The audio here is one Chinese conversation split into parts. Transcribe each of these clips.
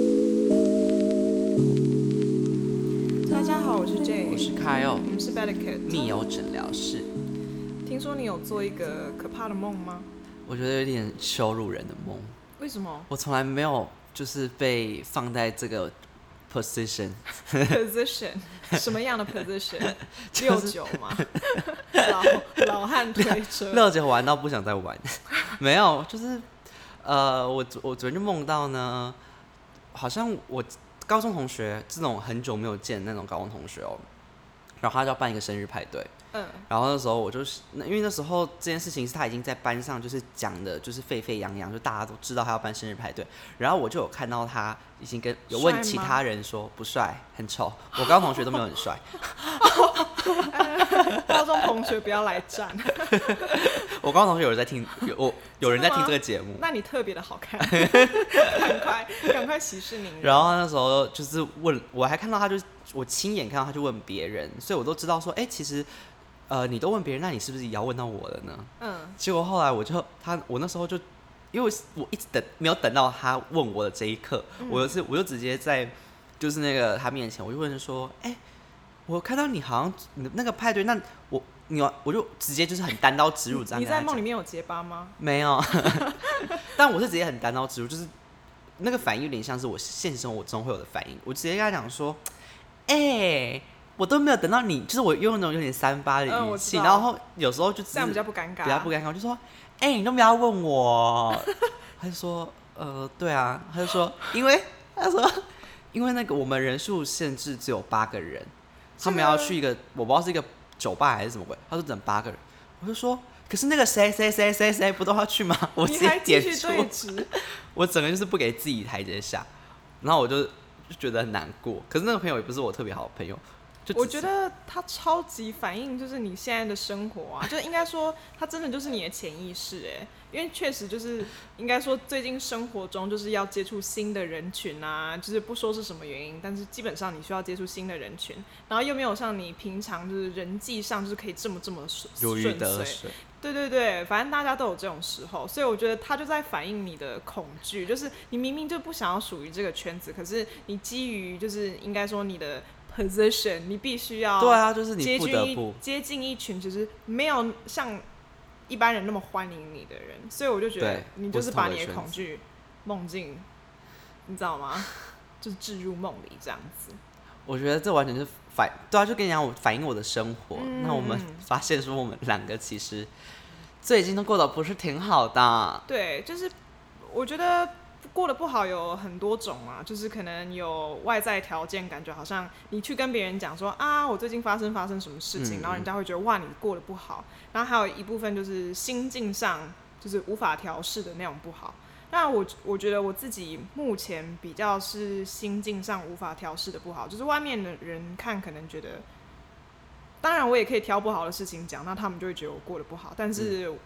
哦听说你有做一个可怕的梦吗？我觉得有点羞辱人的梦。为什么我从来没有就是被放在这个 position， ？Position 什么样的 position？ 就六是九 吗？老老汉推车。乐姐玩到不想再玩。 没有，就是呃，我昨我昨天就梦到呢，好像我高中同学这种很久没有见的那种高中同学哦，然后他就要办一个生日派对。嗯然后那时候我就是，那因为那时候这件事情是他已经在班上就是讲的，就是沸沸扬扬，就大家都知道他要办生日派对。然后我就有看到他已经跟有帅吗问其他人说不帅，很丑。我高中同学都没有很帅，呃高中同学不要来站，我高中同学有人在听，有我有人在真的吗听这个节目。那你特别的好 看，赶快赶快息事宁人。然后他那时候就是问，我还看到他就我亲眼看到他就问别人，所以我都知道说，哎、其实呃你都问别人，那你是不是也要问到我了呢？嗯，结果后来我就他，我那时候就因为我一直等没有等到他问我的这一刻，嗯我就是我就直接在就是那个他面前，我就问说，哎、我看到你好像你那个派对，那我你有我就直接就是很单刀直入这样你跟他在讲梦里面有结巴吗？没有， 但我是直接很单刀直入，就是那个反应有点像是我现实生活中会有的反应。我直接跟他讲说：“哎、我都没有等到你，就是我用那种有点三八的嗯我语知气，道然后有时候就只这样是比较不尴尬。啊比较不尴尬，我就说：“哎、你都不要问我。” 他就说：“呃，对啊。”他就说：“因为他说因为那个我们人数限制只有八个人，他们这个要去一个我不知道是一个酒吧还是什么鬼，他说等八个人，我就说。”可是那个谁谁谁谁谁不都要去吗？ 我直你接还继点续出，对峙，我整个就是不给自己台阶下，然后我就就觉得很难过。可是那个朋友也不是我特别好的朋友，就我只觉是得他超级反映就是你现在的生活啊，就应该说他真的就是你的潜意识哎，因为确实就是应该说最近生活中就是要接触新的人群啊，就是不说是什么原因，但是基本上你需要接触新的人群，然后又没有像你平常就是人际上就是可以这么这么顺如鱼顺得遂，水。对对对，反正大家都有这种时候，所以我觉得他就在反映你的恐惧，就是你明明就不想要属于这个圈子，可是你基于就是应该说你的 position，你必须要对啊，就是你接不近得一不接近一群就是没有像一般人那么欢迎你的人，所以我就觉得对你不就是是同把一个你的圈恐子惧梦境，你知道吗？ 就是置入梦里这样子。我觉得这完全是反，对啊，就跟你讲，我反映我的生活。那我们嗯发现说，我们两个其实最近都过得不是挺好的。啊对，就是我觉得过得不好有很多种啊，就是可能有外在条件，感觉好像你去跟别人讲说啊，我最近发生发生什么事情，嗯然后人家会觉得哇，你过得不好。然后还有一部分就是心境上就是无法调试的那种不好。那我我觉得我自己目前比较是心境上无法调试的不好，就是外面的人看可能觉得，当然我也可以挑不好的事情讲，那他们就会觉得我过得不好。但是嗯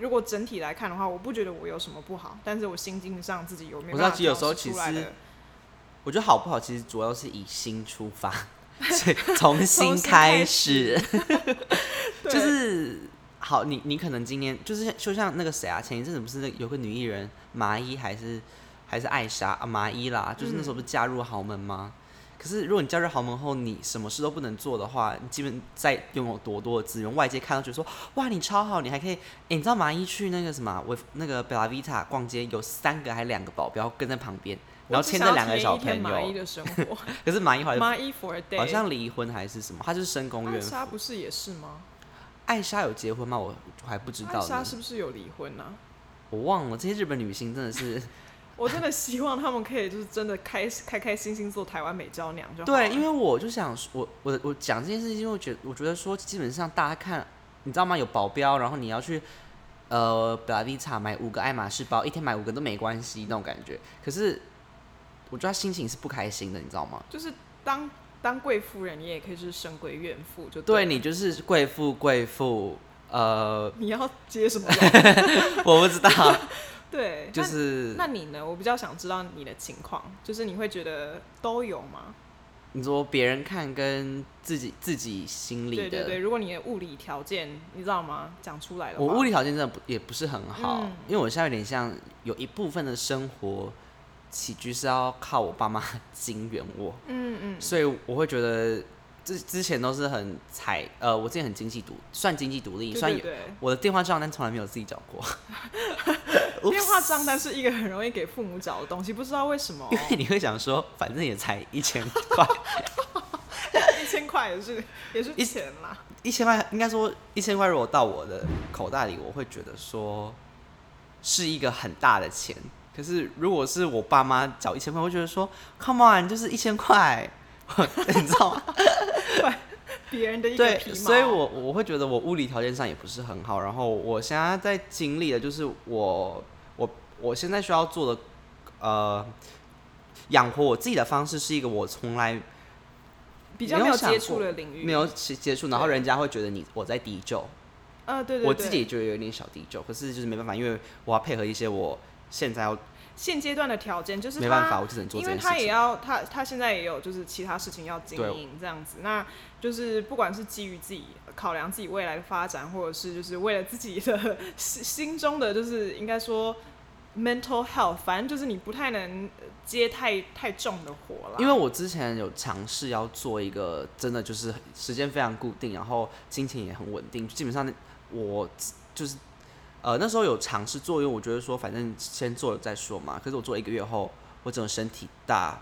如果整体来看的话，我不觉得我有什么不好，但是我心境上自己有没有我知道办法其实有调时候试其出来实的我觉得好不好，其实主要是以心出发，所以从从新新开开始，对就是好。你你可能今天就是就像那个谁啊，前一阵子不是那有个女艺人麻衣还是还是艾莎啊麻衣啦，就是那时候不是嫁入豪门吗？可是，如果你嫁入豪门后，你什么事都不能做的话，你基本在拥有多多的资源，外界看到觉得说，哇，你超好，你还可以，诶你知道麻衣去那个什么啊，我那个贝拉维塔逛街，有三个还两个保镖跟在旁边，我然后只牵想要着两体个验小一朋天麻友衣，的生活，可是马伊好像麻衣 for a day。好像离婚还是什么，她就是深宫艾怨莎妇。不是也是吗？艾莎有结婚吗？我还不知艾道莎呢，是不是有离婚呢、啊？我忘了。这些日本女星真 的是我真的希望他们可以就是真的开开开心心做台湾美娇娘就好对，因为为我就想说，我我我讲这件事情，因为我觉得我觉得说，基本上大家看，你知道吗？有保镖，然后你要去呃布拉迪查买五个爱马仕包，一天买五个都没关系那种感觉。可是我觉得她心情是不开心的，你知道吗？就是当当贵夫人，你也可以是神鬼怨妇，就对了你就是贵妇贵妇，呃，你要接 什么 龙？我不知 道，对，就那。是那你呢？我比较想知道你的情况，就是你会觉得都有吗？你说别人看跟自己自己心里的，对对对，如果你的物理条件，你知道吗？讲出来的话，我物理条件真的不也不是很好，嗯因为我现在有点像有一部分的生活 起居是要靠我爸妈经援我，嗯嗯，所以我会觉得之之前都是很财，呃，我之前很经济独，算经济独立，对虽然对哦有对，我的电话账单从来没有自己找过，电话账单是一个很容易给父母找的东西，不知道为什么 哦 因为你会想说，反正也才一千块，一千块也是也是一钱啦。一千块应该说一千块，如果到我的口袋里，我会觉得说是一个很大的钱。可是如果是我爸妈找一千块，我会觉得说，Come on，就是一千块， 你知道吗？别人的一个对皮，毛，所以我我会觉得我物理条件上也不是很好，然后我现在在经历的就是我我我现在需要做的，呃，养活我自己的方式是一个我从来比较没没有有想接触过的领域，没有接接触，然后对人家会觉得你我在低就，呃，对对对，我自己也觉得有点小低就，可是就是没办法，因为我要配合一些我现在要现阶段的条件就是没他办法，我就只能做因这为件事他也情。要他他现在也有就是其他事情要经对营这样子，那就是不管是基于自己考量自己未来的发展，或者是就是为了自己的 心心中的就是应该说 mental health，反正就是你不太能呃接太太重的活了，因为我之前有尝试要做一个真的就是时间非常固定，然后金钱也很稳定，基本上那我就是呃那时候有尝试做，因为我觉得说反正先做了再说嘛。可是我做了一个月后，我整个身体大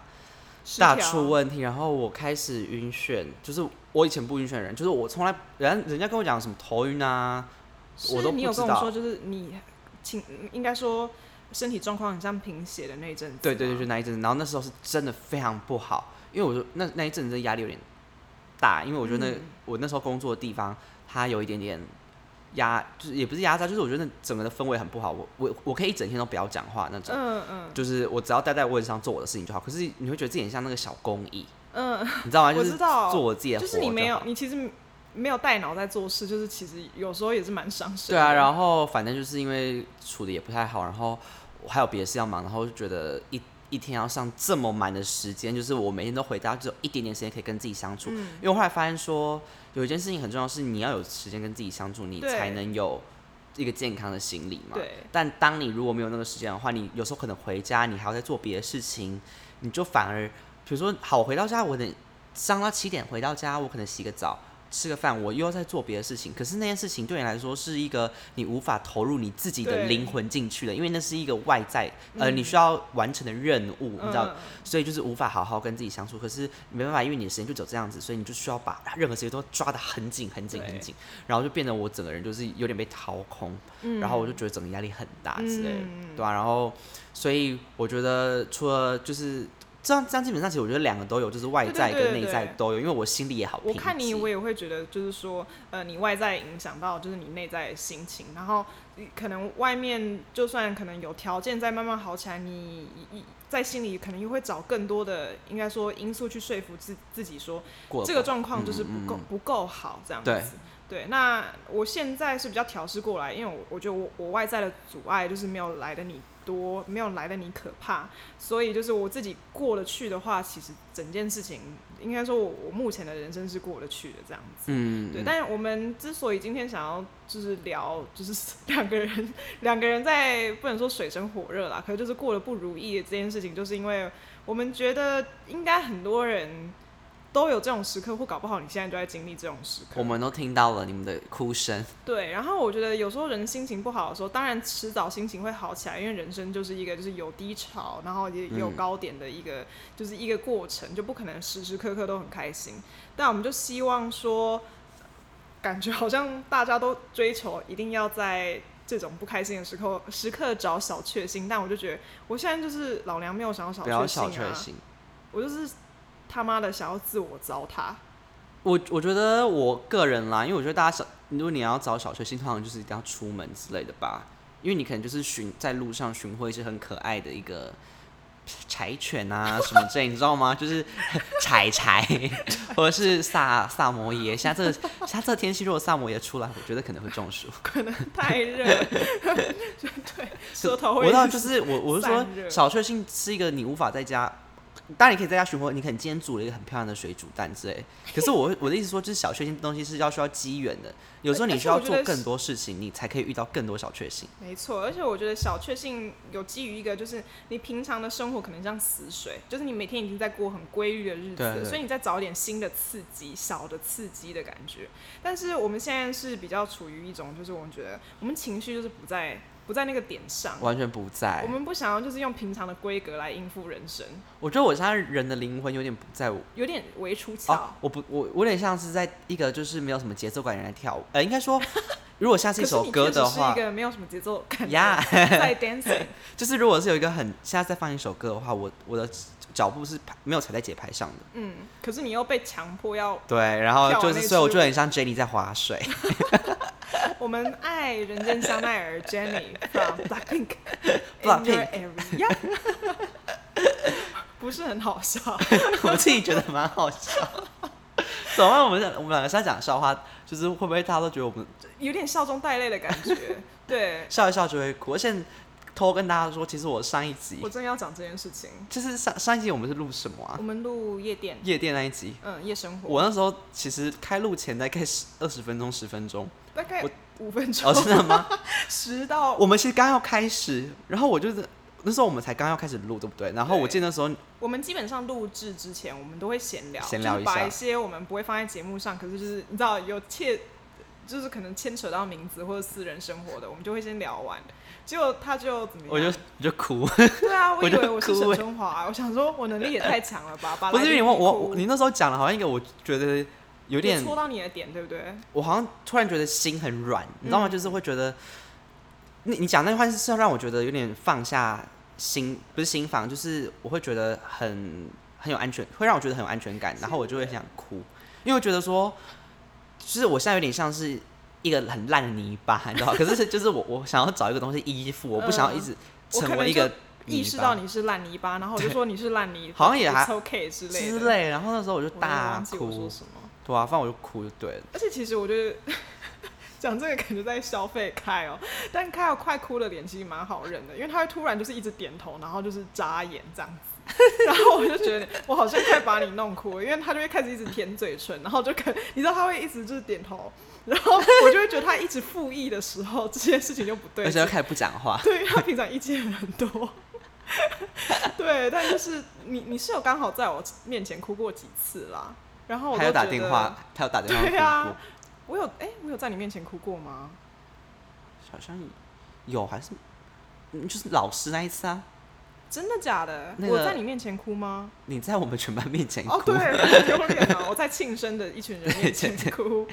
失大调出问题，然后我开始晕眩，就是我以前不晕眩的人，就是我从来人家人家跟我讲什么头晕啊，我是都你不有知跟我道说就是你请应该说身体状况很像贫血的那一阵子，对对对，就，那一阵子，然后那时候是真的非常不好，因为我就那那一阵子真的压力有点大，因为我觉得那、嗯我那时候工作的地方，它有一点点压，就是也不是压榨，就是我觉得那整个的氛围很不好。我我我可以一整天都不要讲话那种，嗯嗯就是我只要待在位置上做我的事情就好。可是你会觉得自己很像那个小公益，嗯，你知道吗？就 我是知道，做我自己的活就是你没有好，你其实没有带脑在做事，就是其实有时候也是蛮伤身对的。啊，然后反正就是因为处的也不太好，然后我还有别的事要忙，然后就觉得一一天要上这么满的时间，就是我每天都回家只有一点点时间可以跟自己相处。嗯因为我后来发现说，有一件事情很重要，是你要有时间跟自己相处，你对才能有一个健康的心理嘛。对但当你如果没有那个时间的话，你有时候可能回家，你还要再做别的事情，你就反而，比如说，好，我回到家，我得上到七点回到家，我可能洗个澡。吃个饭，我又要再做别的事情。可是那件事情对你来说是一个你无法投入你自己的对灵魂进去的，因为那是一个外在，呃，你需要完成的任务，你知道，嗯所以就是无法好好跟自己相处。可是没办法，因为你的时间就只有这样子，所以你就需要把任何时间都抓得很紧、很紧、对很紧，然后就变得我整个人就是有点被掏空，嗯然后我就觉得整个压力很大之类的，嗯对啊，然后所以我觉得除了就是。这样，这样基本上，其实我觉得两个都有，就是外对对在对跟对内在对都有，因为我心里也好。我看你，我也会觉得，就是说，呃，你外在影响到就是你内在的心情，然后呃可能外面就算可能有条件再慢慢好起来，你你在心里可能又会找更多的应该说因素去说服自自己说，过得这不个好状况就是不够、不够好这样子嗯对。对，那我现在是比较调试过来，因为我我觉得我我外在的阻碍就是没有来的你多，没有来的你可怕，所以就是我自己过得去的话，其实整件事情应该说我我目前的人生是过得去的这样子。嗯，对，嗯但我们之所以今天想要就是聊，就是 两个人两个人在不能说水深火热啦，可能就是过得不如意的这件事情，就是因为我们觉得应该很多人都有这种时刻，或搞不好你现在就在经历这种时刻。嗯我们都听到了你们的哭声，对，然后我觉得有时候人心情不好的时候，当然迟早心情会好起来，因为人生就是一个就是有低潮，然后也也有嗯高点的一个、就是一个过程，就不可能时时刻刻都很开心。但我们就希望说，感觉好像大家都追求一定要在这种不开心的时候时刻找小确幸，但我就觉得我现在就是老娘没有想要小不确要小幸确啊，幸。我就是他妈的想要自我糟 蹋。我我觉得我个人啦，因为我觉得大家小，如果你要找小确幸，通常就是一定要出门之类的吧，因为你可能就是寻在路上寻获一些很可爱的一个柴犬啊什么之类，你知道吗？ 就是柴柴，或者是萨萨摩耶。现在这个现在这个天气，如果萨摩耶出来，我觉得可能会中暑。太热了， 对，舌头我会知道，就是我我是说散，热小确幸是一个你无法在家当然你可以在家循环，你可能今天煮了一个很漂亮的水煮蛋之类。可是我 我的意思说，就是小确幸东西是要需要机缘的，有时候你需要而且我觉做得更多事情，你才可以遇到更多小确幸。没错，而且我觉得小确幸有基于一个，就是你平常的生活可能像死水，就是你每天已经在过很规律的日子了，对对所以你再找一点新的刺激、小的刺激的感觉。但是我们现在是比较处于一种，就是我们觉得我们情绪就是不在不在那个点上，完全不在我，们不想要就是用平常的规格来应付人生，我觉得我现在人的灵魂有点不在我。有点微出窍。哦，我不，我我有点像是在一个就是没有什么节奏感的人来跳舞。呃，应该说，如果像是一可是首你歌确实的是一话，个没有什么节奏感的呀 在 dancing，就是如果是有一个很现在在放一首歌的话，我我的脚步是排没有踩在节拍上的。嗯，可是你又被强迫要对，然后跳完就那是，支所以我舞就很像 Jenny 在划水。 我们爱人间香奈儿 Jenny from Blackpink in your Blackpink area，不是很好笑。我自己觉得蛮好笑。怎么办？我们两我们两个是在讲笑话，就是会不会大家都觉得我们有点笑中带泪的感觉。对，笑一笑就会哭？而且偷跟大家说，其实我上一集我真的要讲这件事情。就是上上一集我们是录什么啊我？们录夜店，夜店那一集。嗯，夜生活，我那时候其实开录前大概十二十分钟、十 分钟，大概我五分钟哦，，真的吗？十到我们其实刚要开始，然后我就是那时候我们才刚要开始录，对不对？然后我记得那时候我们基本上录制之前，我们都会闲聊，闲聊一就是下把一些我们不会放在节目上，可是就是你知道有切，就是可能牵扯到名字或者私人生活的，我们就会先聊完。结果他就怎么样？我就我就哭，对啊， 我以我为就我是哭沈欸中华，我想说我能力也太强了吧？把不是因来为宾我逼我哭我你那时候讲了好像一个我觉得有点戳到你的点，对不对？我好像突然觉得心很软，你知道吗？嗯就是会觉得，你你讲那句话是要让我觉得有点放下心，不是心房，就是我会觉得很很有安全，会让我觉得很有安全感，然后我就会想哭，因为我觉得说，就是我现在有点像是一个很烂的泥巴， 你知 道吗？可是就是我我想要找一个东西依附，我不想要一直嗯我可成能为一就个泥意识到巴你是烂泥巴，然后我就说你是烂泥，好像也还 it's OK 之类之的。类，然后那时候我就我有点大忘记我哭说，什么。对啊，反正我就哭就对了。而且其实我觉得 讲这个感觉在消费凯哦，但凯尔快哭的脸其实蛮好认的，因为他会突然就是一直点头，然后就是眨眼这样子。 然后我就觉得我好像快把你弄哭了，因为他就会开始一直舔嘴唇，然后就可你知道他会一直就是点头，然后我就会觉得他一直复议的时候，这件事情就不对而劲且又。开始不讲话，对，因为他平常意见很多。 对，但就是你你是有刚好在我面前哭过几次啦，然后我他都有打觉电得话，他有打电话对哭啊过，我有哎、我有在你面前哭过吗？好像有还是，嗯就是老师那一次啊，真的假的？那个我在你面前哭吗？你在我们全班面前哭，哦， 对，很丢脸啊！我在庆生的一群人面前哭，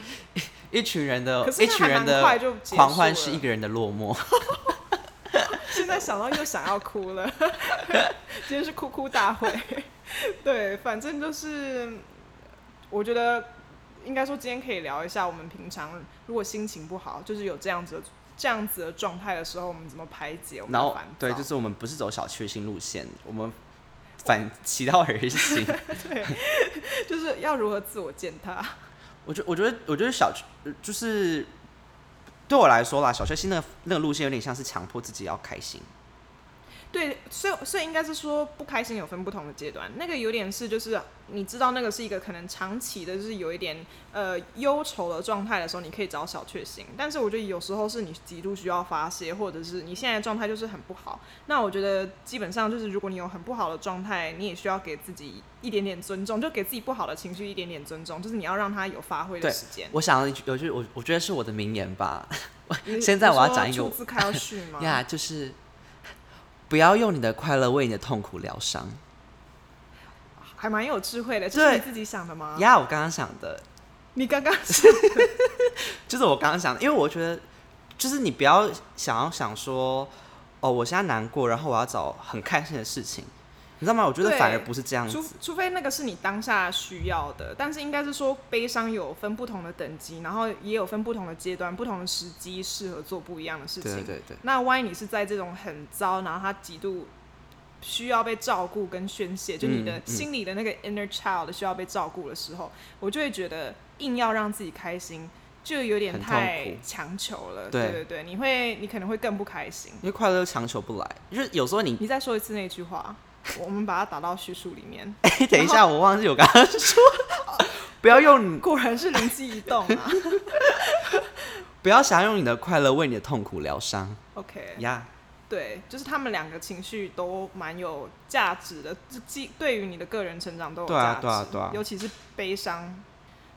一群人的可是哦一那群还人蛮快的就结束狂欢是一了个人的落寞，现在想到又想要哭了。今天是哭哭大会，对，反正就是我觉得应该说今天可以聊一下我们平常如果心情不好，就是有这样子的这样子的状态的时候，我们怎么排解我们的然后烦躁？对，就是我们不是走小确幸路线，我们反其道而 行。就是要如何自我践踏。我觉我觉得我觉得小确呃就是对我来说啦，小确幸那个那个路线有点像是强迫自己要开心，对，所以所以应该是说不开心有分不同的阶段，那个有点是就是你知道那个是一个可能长期的，就是有一点呃忧愁的状态的时候，你可以找小确幸。但是我觉得有时候是你极度需要发泄，或者是你现在的状态就是很不好。那我觉得基本上就是如果你有很不好的状态，你也需要给自己一点点尊重，就给自己不好的情绪一点点尊重，就是你要让它有发挥的对时间。我想到一句有句我我觉得是我的名言吧，你现在你我要说讲一个出我自开序吗？ 呀就是不要用你的快乐为你的痛苦疗伤。还蛮有智慧的，这是对你自己想的吗？呀我刚刚想的，你 刚刚就是我刚刚想的，因为我觉得，就是你不要想要想说，哦，我现在难过，然后我要找很开心的事情，你知道吗？我觉得对反而不是这样子除。除非那个是你当下需要的，但是应该是说悲伤有分不同的等级，然后也有分不同的阶段、不同的时机，适合做不一样的事情。对对对，那万一你是在这种很糟，然后他极度需要被照顾跟宣泄，就你嗯的嗯心里的那个 inner child 需要被照顾的时候，我就会觉得硬要让自己开心，就有点很痛太苦强求了。对对对对，你会你可能会更不开心。因为快乐又强求不来，就是有时候你你再说一次那句话，我们把它打到叙述里面。 哎， 等一下，我忘记我刚刚说，不要用，果然是灵机一动啊。不要想用你的快乐为你的痛苦疗伤 OK，呀。对，就是他们两个情绪都蛮有价值的，这既对于你的个人成长都有对啊价值。对啊对啊尤其是悲伤，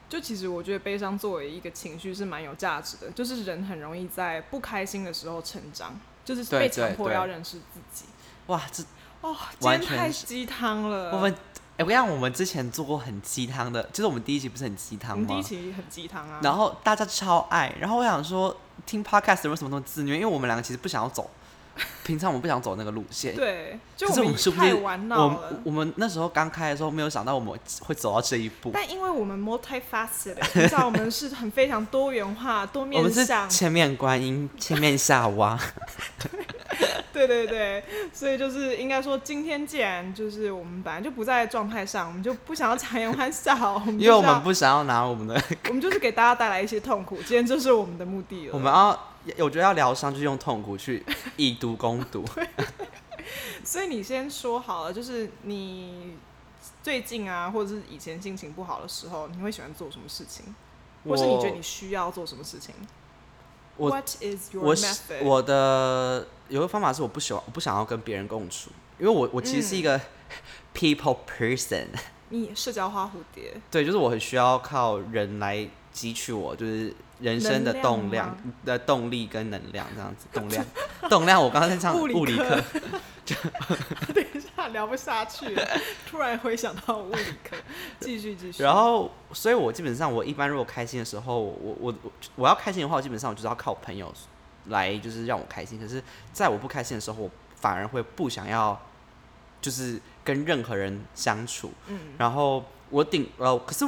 就其实我觉得悲伤作为一个情绪是蛮有价值的，就是人很容易在不开心的时候成长，就是对被对强迫对要认识自己。哇，这哦，今完天全太是鸡汤了。我们，哎，我跟你讲，我们之前做过很鸡汤的，就是我们第一集不是很鸡我汤们第一吗？期很鸡汤啊。然后大家超爱，然后我想说，听 podcast 的人为什么那么自虐？因为我们两个其实不想 要走，平常我们不想走那个路线。对，就可是我们们是不太是玩我闹了们。我们那时候刚开的时候，没有想到我们会走到这一步。但因为我们 multifaceted，你知道我们是很非常多元化、多我面们是向，前面观 音，前面夏娃。 对对对，所以就是应该说，今天既然就是我们本来就不在状态上，我们就不想要强颜欢笑，我们因为就我是们要不想要拿我们的， 我们就是给大家带来一些痛苦，今天这是我们的目的了。 我们要，我觉得要疗伤，就是用痛 苦去以毒攻毒。所以你先说好了，就是你最近啊，或者是以前心情不好的时候，你会喜欢做什么事情，或是你觉得你需要做什么事情我？What is your 我是 method？我的有个方法是我不喜欢，我不想要跟别人共处，因为我我其嗯实是一个 people person，、你社交花蝴蝶，对，就是我很需要靠人来汲取我就是人生能的量动吗量的动力跟能量这样子，动量动量，我刚刚在唱物理物理课课， 等一下聊不下去了，突然回想到物理课，继续继续。然后所以我基本上我一般如果开心的时候，我我我我要开心的话，我基本上我就是要靠朋友来就是让我开心，可是在我不开心的时候，我反而会不想要就是跟任何人相处。嗯，然后我顶呃，可是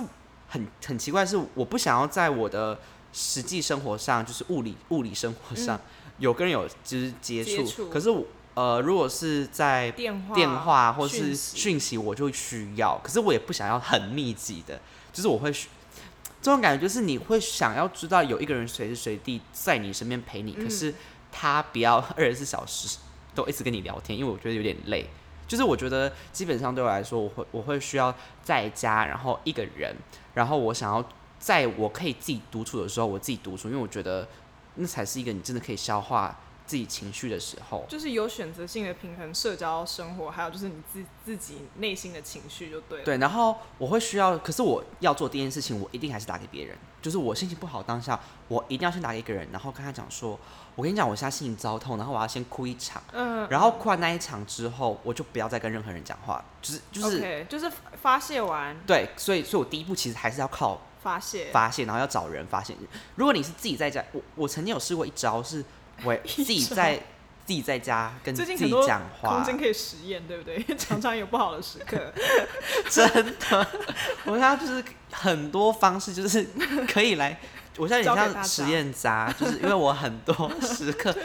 很很奇怪，是我不想要在我的实际生活上，就是物理物理生活上、有跟人有就是接嗯接触，触可是我呃，如果是在电话电话或讯是息讯息，我就需要，可是我也不想要很密集的，就是我会需。这种感觉就是你会想要知道有一个人随时随地在你身边陪你，嗯可是他不要二十四小时都一直跟你聊天，因为我觉得有点累。就是我觉得基本上对我来说，我会我会需要在家，然后一个人，然后我想要在我可以自己独处的时候，我自己独处，因为我觉得那才是一个你真的可以消化自己情绪的时候。就是有选择性的平衡社交生活，还有就是你自自己内心的情绪就对了。对，然后我会需要，可是我要做第一件事情，我一定还是打给别人。就是我心情不好当下，我一定要先打给一个人，然后跟他讲说，我跟你讲，我现在心情糟透，然后我要先哭一场，嗯，然后哭完那一场之后，我就不要再跟任何人讲话，就是就是 OK，就是发泄完对，所以所以我第一步其实还是要靠发泄，发现，然后要找人发现。如果你是自己在家，我我曾经有试过一招，是 我自己招在自己在家跟自最近己很多讲空话，间可以实验，对不对？ 常常有不好的时 刻，真的，我现在就是很多方式，就是可以来。我现在 交有给点大家像实验渣，就是因为我很多时 刻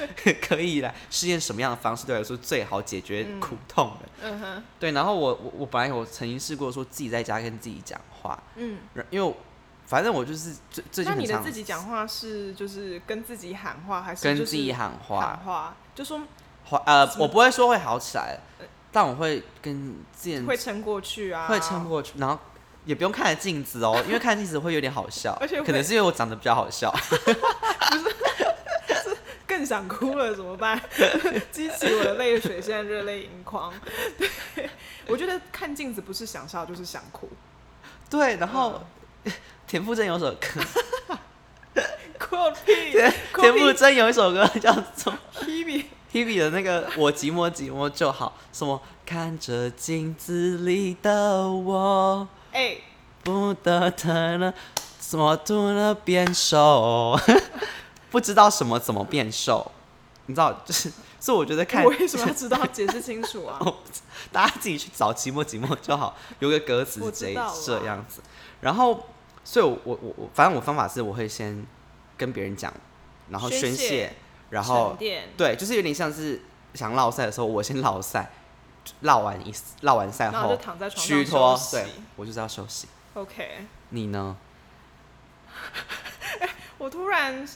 可以来试验什么样的方式对我来说最好解决嗯苦痛的。嗯哼，对，然后我我我本来有曾经试过说自己在家跟自己讲话，嗯。然因为我反正我就是最最近那很你的常自己讲话是就是跟自己喊话，还是跟就是自己喊话喊，话？就说话呃什，么我不会说会好起来，但我会跟自己会撑过去啊，，嗯会撑过去，然后也不用看着镜子哦，因为看着镜子会有点好笑而且会可能是因为我长得比较好笑， 更想哭了，怎么办？ 激起我的泪水，现在热泪盈眶。对，我觉得看镜子不是想笑就是想哭，对，然后。嗯田馥甄有首歌，嗯哭个屁，哭田屁馥甄有一首歌叫做 Hebe， Hebe 的那个“我寂寞寂寞就好”，什么看着镜子里的我，哎，不得疼了，怎么突然变瘦？ 不知道什么怎么变瘦，你知道，就是，所以我觉得看我为什么要知道？解释清楚啊！大家自己去找寂寞寂寞就好，有个歌词我是知这一道啦这样子。然后，所以我我我我反正我方法是我会先跟别人讲， 然后宣宣泄泄，然后沉淀，对，就是有点像是想落赛的时候，我先落赛，落完一落完赛然后后就躺在床上虚脱休，息对我就是要休息。 OK，你呢？我突然，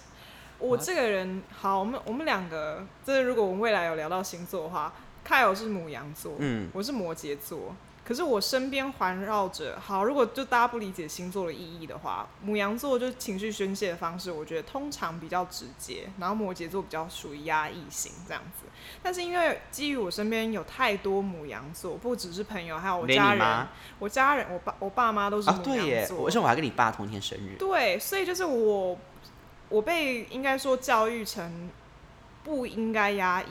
我这个人好，我们我们两个，这如果我们未来有聊到星座的话，泰友是母羊座，嗯，我是摩羯座，可是我身边环绕着好，如果就大家不理解星座的意义的话，母羊座就情绪宣泄的方式，我觉得通常比较直接，然后摩羯座比较属于压抑型这样子。但是因为基于我身边有太多母羊座，不只是朋友，还有我连家你人妈，我家人，我爸我爸妈都是啊，母对羊耶，座，我而且我还跟你爸同一天生日，对，所以就是我，我被应该说教育成不应该压抑，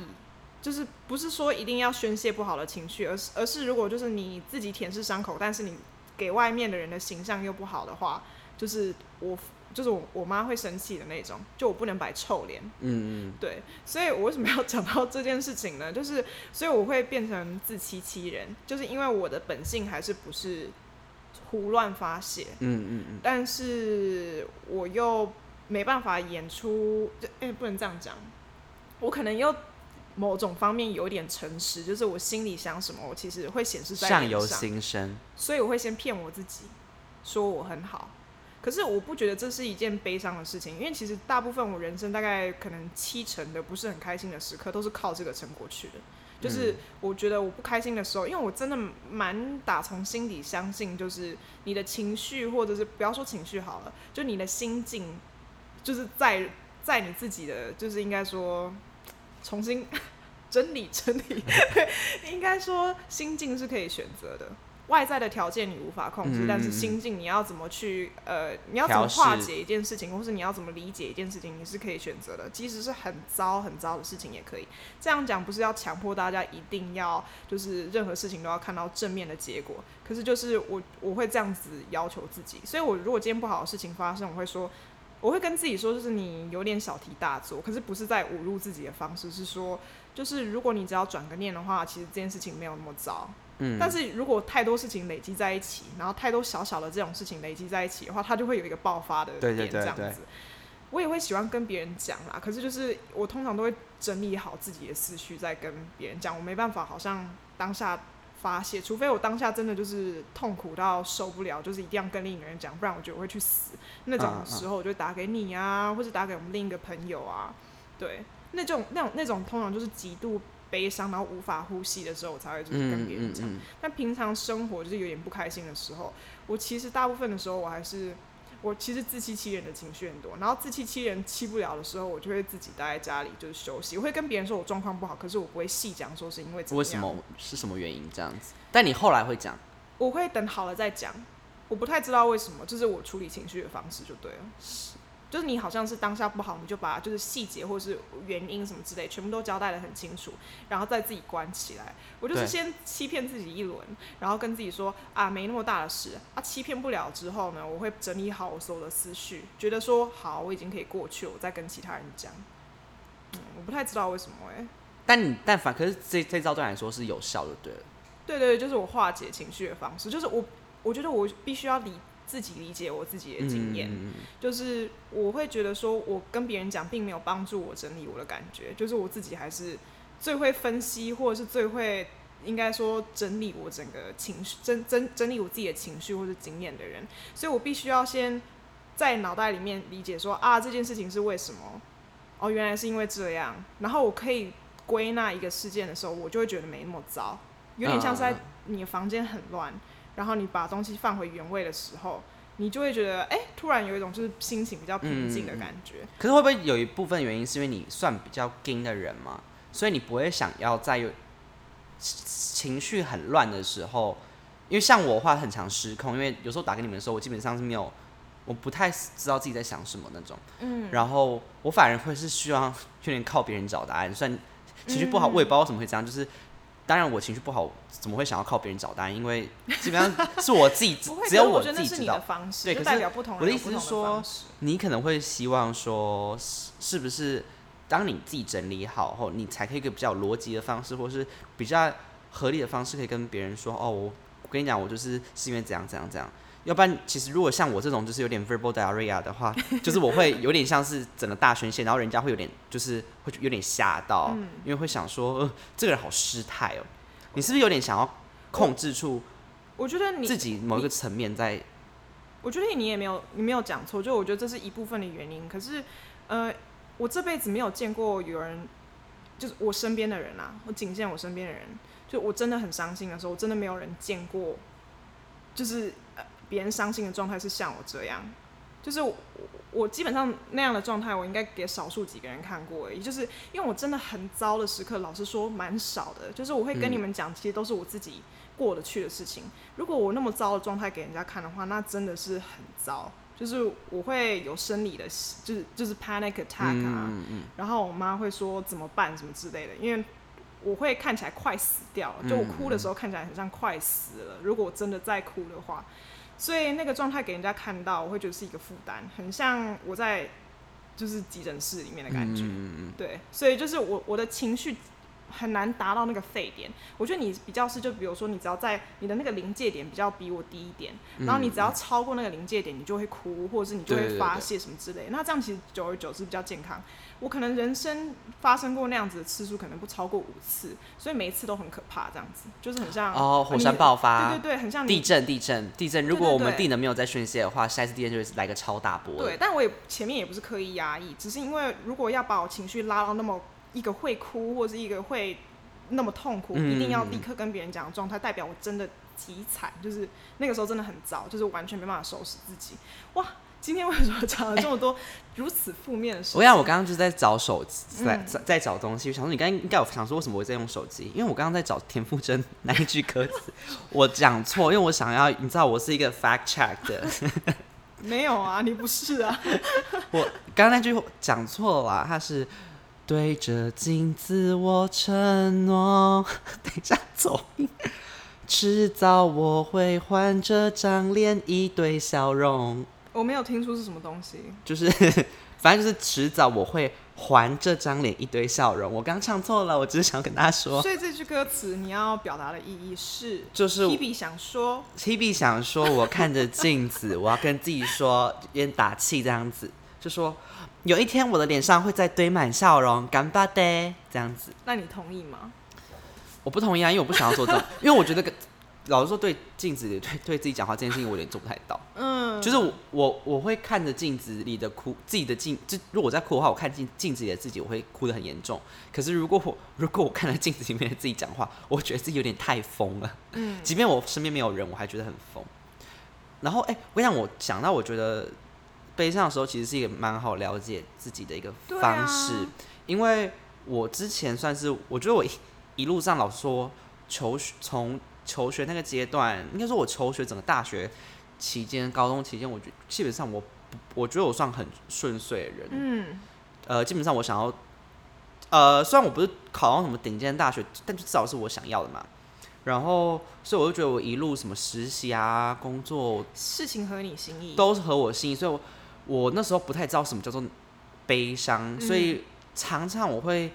就是不是说一定要宣泄不好的情绪，而是而是如果就是你自己舔舐伤口，但是你给外面的人的形象又不好的话，就是我就是我我妈会生气的那种，就我不能摆臭脸。嗯嗯，对，所以我为什么要 讲到这件事情呢？就是，所以我会变成自欺欺人，就是因为我的本性还是不是胡乱发泄，嗯嗯嗯，但是我又没办法演出，就哎、不能这样讲，我可能又某种方面有点诚实，就是我心里想什么，我其实会显示在相脸由上心生，所以我会先骗我自己，说我很好。可是我不觉得这是一件悲伤的事情，因为其实大部分我人生大概可能七成的不是很开心的时刻，都是靠这个撑过去的。就是我觉得我不开心的时候，因为我真的蛮打从心底相信，就是你的情绪或者是不要说情绪好了，就你的心境，就是在在你自己的，就是应该说重新 整理 整理，应该说心境是可以选择的。外在的条件你无法控制，嗯但是嗯嗯心境你要怎么去呃，你要怎么调试化解一件事情，或是你要怎么理解一件事情，你是可以选择的。即使是很糟很糟的事情也可以。这样讲不是要强迫大家一定要就是任何事情都要看到正面的结果，可是就是我我会这样子要求自己，所以我如果今天不好的事情发生，我会说，我会跟自己说，就是你有点小题大做，可是不是在侮辱自己的方式，是说就是如果你只要转个念的话，其实这件事情没有那么糟。嗯，但是如果太多事情累积在一起，然后太多小小的这种事情累积在一起的话，它就会有一个爆发的对点对对这样对子。我也会喜欢跟别人讲啦，可是就是我通常都会整理好自己的思绪再跟别人讲，我没办法，好像当下发泄，除非我当下真的就是痛苦到受不了，就是一定要跟另一个人讲，不然我觉得我会去死。那种嗯嗯时候，我就打给你啊，或是打给我们另一个朋友啊，对，那种那种那种通常就是极度悲伤，然后无法呼吸的时候，我才会就是跟嗯别人嗯讲。嗯，但平常生活就是有点不开心的时候，我其实大部分的时候我还是我其实自欺欺人的情绪很多，然后自欺欺人欺不了的时候，我就会自己待在家里就是休息。我会跟别人说我状况不好，可是我不会细讲说是因为怎么为样什么是什么原因这样子？但你后来会讲，我会等好了再讲。我不太知道为什么，就是我处理情绪的方式就对了。就是你好像是当下不好，你就把就是细节或是原因什么之类，全部都交代的很清楚，然后再自己关起来。我就是对先欺骗自己一轮，然后跟自己说啊，没那么大的事啊。欺骗不了之后呢，我会整理好我所有的思绪，觉得说好，我已经可以过去了，我再跟其他人讲。嗯，我不太知道为什么哎、但你但凡可是这这招对你来说是有效的，对了，对对，对就是我化解情绪的方式，就是我我觉得我必须要理自己理解我自己的经验，嗯嗯嗯就是我会觉得说我跟别人讲并没有帮助我整理我的感觉，就是我自己还是最会分析或者是最会。应该说整理我整个情绪，整整整理我自己的情绪或者经验的人，所以我必须要先在脑袋里面理解说啊这件事情是为什么，哦原来是因为这样，然后我可以归纳一个事件的时候，我就会觉得没那么糟，有点像是在嗯你的房间很乱，然后你把东西放回原位的时候，你就会觉得哎、突然有一种就是心情比较平静的嗯感觉。可是会不会有一部分原因是因为你算比较硬的人嘛，所以你不会想要在有情绪很乱的时候，因为像我的话很常失控，因为有时候打给你们的时候，我基本上是没有，我不太知道自己在想什么那种，嗯，然后我反而会是需要有点靠别人找答案，虽然情绪不好，我也不知道为什么会这样，嗯就是。当然，我情绪不好，怎么会想要靠别人找答案？因为基本上是我自己 不会，，只有可是我觉自得那己是知你道的。方式，对就可是代表不同我的人意有思不同是的说方式。你可能会希望说，是是不是当你自己整理好后，你才可以一个比较有逻辑的方式，或是比较合理的方式，可以跟别人说，哦，我我跟你讲，我就是是因为怎样怎样怎样。要不然，其实如果像我这种就是有点 verbal diarrhea 的话，就是我会有点像是整个大宣泄，然后人家会有点就是会有点吓到，嗯因为会想说、呃这个人好失态哦。你是不是有点想要控制住我觉得哦你自己某一个层面在？我觉得你也没有，你没有讲错，就我觉得这是一部分的原因。可是，呃，我这辈子没有见过有人就是我身边的人啊，我仅限我身边的人，就我真的很伤心的时候，我真的没有人见过，就是呃别人伤心的状态是像我这样，就是我我基本上那样的状态，我应该给少数几个人看过而已，就是因为我真的很糟的时刻，老实说蛮少的，就是我会跟你们讲，其实都是我自己过得去的事情。如果我那么糟的状态给人家看的话，那真的是很糟。就是我会有生理的，就是就是 panic attack 啊，嗯嗯然后我妈会说怎么办什么之类的，因为我会看起来快死掉嗯了，就我哭的时候看起来很像快死了。如果我真的在哭的话，所以那个状态给人家看到，我会觉得是一个负担，很像我在就是急诊室里面的嗯，感觉。嗯嗯对，所以就是我我的情绪很难达到那个沸点。我觉得你比较是，就比如说你只要在你的那个临界点比较比我低一点，然后你只要超过那个临界点，你就会哭，或者是你就嗯对会对发对泄什么之类的那这样其实久而久之比较健康。我可能人生发生过那样子的次数可能不超过五次，所以每一次都很可怕，这样子就是很像嗯哦，火你山爆发，对对对，很像地你。震，地震，地震！如对果对我们对地能没有在宣泄的话，下一次地震就会来个超大波。对，，但我也前面也不是刻意压抑，只是因为如果要把我情绪拉到那么一个会哭或是一个会那么痛苦，嗯一定要立刻跟别人讲的状态，代表我真的极惨，就是那个时候真的很糟，就是完全没办法收拾自己。哇，今天为什么讲了这么多如此负面的事情？哎我想我刚刚就是在找手机，在嗯在在找东西。我想说你刚刚应该有想说为什么我在用手机，因为我刚刚在找田馥甄那一句歌词，我讲错，因为我想要，你知道我是一个 fact check 的，没有啊，你不是啊，我刚刚那句讲错了啦，它是对着镜子我承诺， 等一下走音，迟早我会换这张脸一堆笑容。我没有听出是什么东西。就是反正就是迟早我会还这张脸一堆笑容。我刚唱错了，我只是想跟大家说，所以这句歌词你要表达的意义是，就是我 Hebe 想说， Hebe 想说，我看着镜子，我要跟自己说，有点打气这样子，就说有一天我的脸上会再堆满笑容，干巴爹这样子。那你同意吗？我不同意啊，因为我不想要做这种，因为我觉得跟老实说，对镜子 里对对自己讲话这件事情，我有点做不太到。嗯，就是我我我会看着镜子里的哭，自己的镜，就如果我在哭的话，我看镜镜子里的自己，我会哭得很严重。可是如果我 如果我看着镜子里面的自己讲话，我觉得自己有点太疯了。嗯，即便我身边没有人，我还觉得很疯。然后哎、我跟你讲，我想到我觉得悲伤的时候，其实是一个蛮好了解自己的一个对方啊式，因为我之前算是我觉得我一一路上老实说求学从求学那个阶段，应该说我求学整个大学期间、高中期间，我觉基本上我不我觉得我算很顺遂的人，嗯，呃，基本上我想要，呃，虽然我不是考上什么顶尖大学，但就至少是我想要的嘛。然后，所以我就觉得我一路什么实习啊、工作事情合你心意。都是合我心意，所以我我那时候不太知道什么叫做悲伤，嗯所以常常我会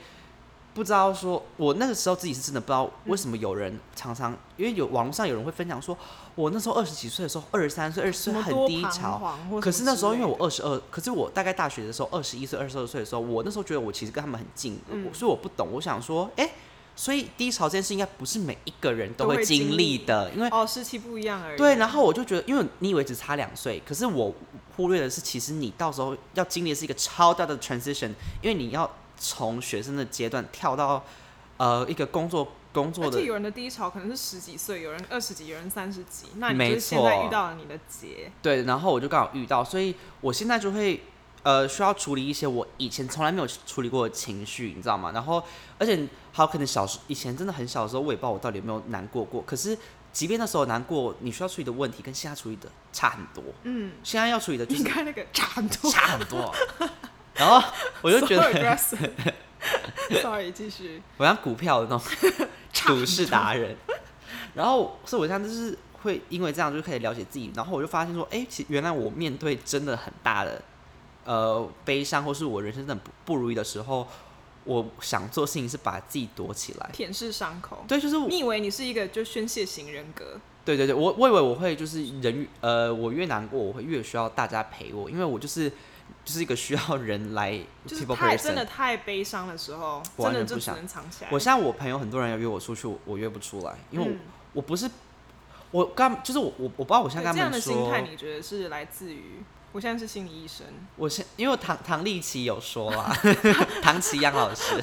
不知道说，我那个时候自己是真的不知道嗯为什么有人常常，因为有网络上有人会分享说，我那时候二十几岁的时候，二十三岁、二十什岁么很多低彷潮，徨或可什是么那时候之因为类我二十二，可是我大概大学的时候二十一岁、二十二岁的时候，我那时候觉得我其实跟他们很近，嗯我所以我不懂，我想说，哎、所以低潮这件事应该不是每一个人都都会会经经历历的，因为的哦，时期不一样而已。对，然后我就觉得，因为你以为只差两岁，可是我忽略的是，其实你到时候要经历的是一个超大的 transition，因为你要从学生的阶段跳到呃一个工作工作而的且有人的低潮可能是十几岁，有人二十几，有人三十几，那你没就是现在错遇到了你的劫。对，然后我就刚好遇到，所以我现在就会呃需要处理一些我以前从来没有处理过的情绪，你知道吗？然后而且好，可能小时以前真的很小的时候，我也不知道我到底有没有难过过。可是即便那时候难过，你需要处理的问题跟现在处理的差很多。嗯，现在要处理的就你是看那个差很多，差很多。然后 我就觉 so 得 aggressive Sorry，继续。我像股票的 那种股市达人，然后所以我现在就是会因为这样就可以了解自己，然后我就发现说，哎、其实原来我面对真的很大的呃悲伤，或是我人生真的不不如意的时候，我想做事情是把自己躲起来。舔舐伤口。对，就是我你以为你是一个就宣泄型人格？对对对，我我以为我会就是人越呃，我越难过，我会越需要大家陪我，因为我就是就是一个需要人来就是 people 太 person，真的太悲伤的时候，我完真的全就不只想能藏起来。我现在我朋友很多人要约我出去，我我约不出来，因为我、嗯我不是我刚就是我我我不知道我现对在跟这他样的们说心态，你觉得是来自于我现在是心理医生，我是因为唐唐立奇有说啦， 唐奇阳老师，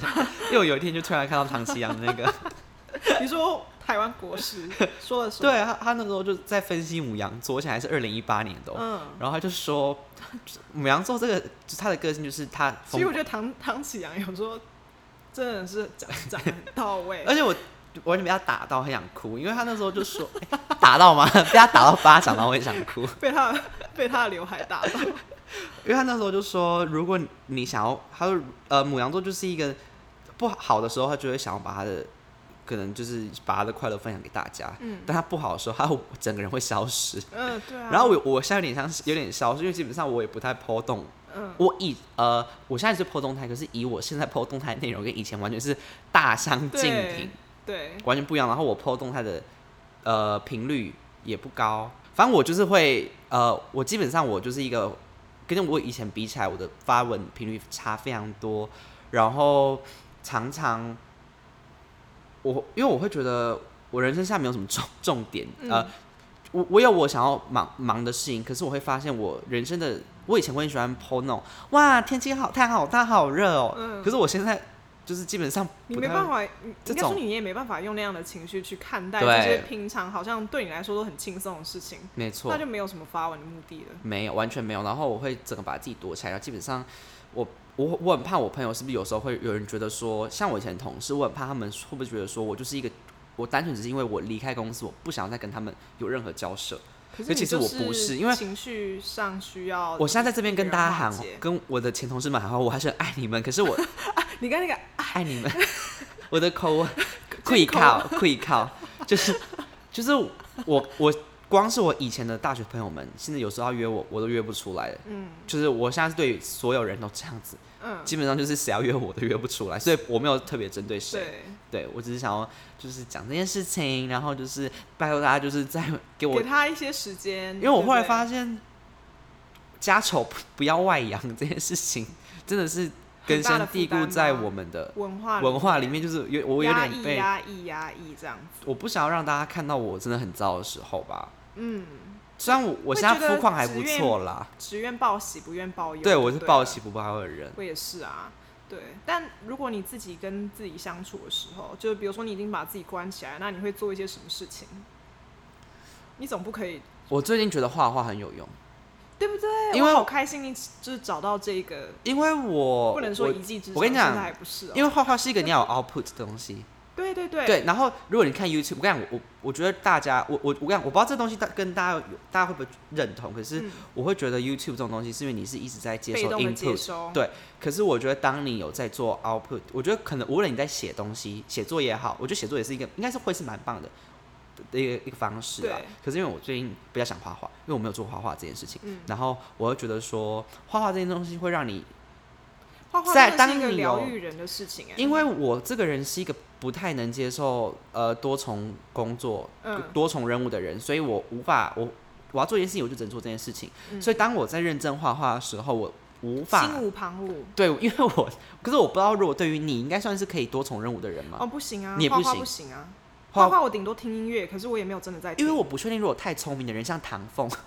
因为我有一天就突然看到唐奇阳那 个，你说台湾国师 说了什么？对啊他他那时候就在分析母羊座，而且还是二零一八年的、哦，嗯，然后他就说母羊座这个就是他的个性就是他其疯实我觉得唐唐启阳有时候真的是讲讲得很到位，而且我完全被他打到很想哭，因为他那时候就说、哎打到吗？ 被他打到巴掌，然后我也想哭，被他的被他的刘海打到， 因为他那时候就说，如果你想要，他说呃母羊座就是一个不好的时候，他就会想要把他的可能就是把他的快乐分享给大家，嗯但他不好的时候，他会整个人会消失。嗯，对啊。然后我我现在有点像是有点消失，因为基本上我也不太抛动。嗯，我以呃，我现在是抛动态，可是以我现在抛动态内容跟以前完全是大相径庭对，对，完全不一样。然后我抛动态的呃频率也不高，反正我就是会呃，我基本上我就是一个跟我以前比起来，我的发文频率差非常多。然后常常我因为我会觉得我人生下没有什么重重点，嗯呃，我我有我想要忙忙的事情，可是我会发现我人生的，我以前会很喜欢 PO 那种，哇，天气好，太好，它好热哦。嗯可是我现在就是基本上你不没太办会，法，你这应该说种你也没办法用那样的情绪去看待对这些平常好像对你来说都很轻松的事情，没错那，就没有什么发文的目的了。没有完全没有。然后我会整个把自己躲起来，然后基本上我我我很怕我朋友是不是有时候会有人觉得说，像我以前的同事，我很怕他们会不会觉得说我就是一个。我单纯只是因为我离开公司，我不想再跟他们有任何交涉。可可是其你实就我不是因为情绪上需要。我现在在这边跟大家别喊人化解，跟我的前同事们喊话，我还是很爱你们。可是我你跟那个爱你们， 我的口 跪真口靠 跪靠，就是就是我我光是我以前的大学朋友们，现在有时候要约我，我都约不出来了。嗯就是我现在是对所有人都这样子，嗯，基本上就是谁要约我都约不出来，所以我没有特别针对谁。对，对我只是想要就是讲这件事情，然后就是拜托大家就 是再给我给他一些时间，因为我后来发现现，家丑不不要外扬这件事情，真的是根深蒂固在我们的文化文化里面，就是有我有压点抑啊被，压抑压抑这样子，我不想要让大家看到我真的很糟的时候吧。嗯，虽然我我现在肤况还不错啦，只愿报喜不愿报忧。对我是就报了喜不报忧的人，我也是啊，对。但如果你自己跟自己相处的时候，就比如说你已经把自己关起来，那你会做一些什么事情？你总不可以，我最近觉得画画很有用，对不对？因为哎我好开心，你就是找到这个，因为我不能说哦我一技之长，我跟你讲现在还不是、哦，因为画画是一个你要有 output 的东西，对对对，对，然后如果你看 YouTube，我跟你讲，我我我觉得大家，我我我跟你讲，我不知道这东西大跟大家有大家会不会认同，可是嗯我会觉得 YouTube 这种东西是因为你是一直在接被受动的接 input，收，对可是我觉得当你有在做 output，我觉得可能无论你在写东西、写作也好，我觉得写作也是一个应该是会是蛮棒的的一个一个方式啊对。可是因为我最近比较想画画，因为我没有做画画这件事情，嗯然后我会觉得说画画这件东西会让你画画在真的当是一个你疗有愈人的事情哎、因为我这个人是一个不太能接受呃多重工作、嗯多重任务的人，所以我无法我我要做一件事情，我就只能做这件事情。嗯所以当我在认真画画的时候，我无法心无旁骛。对，因为我可是我不知道，如果对于你应该算是可以多重任务的人嘛哦，，不行啊，你也画不画行不行啊，画画画我顶多听音乐，可是我也没有真的在听，因为我不确定，如果太聪明的人像唐凤。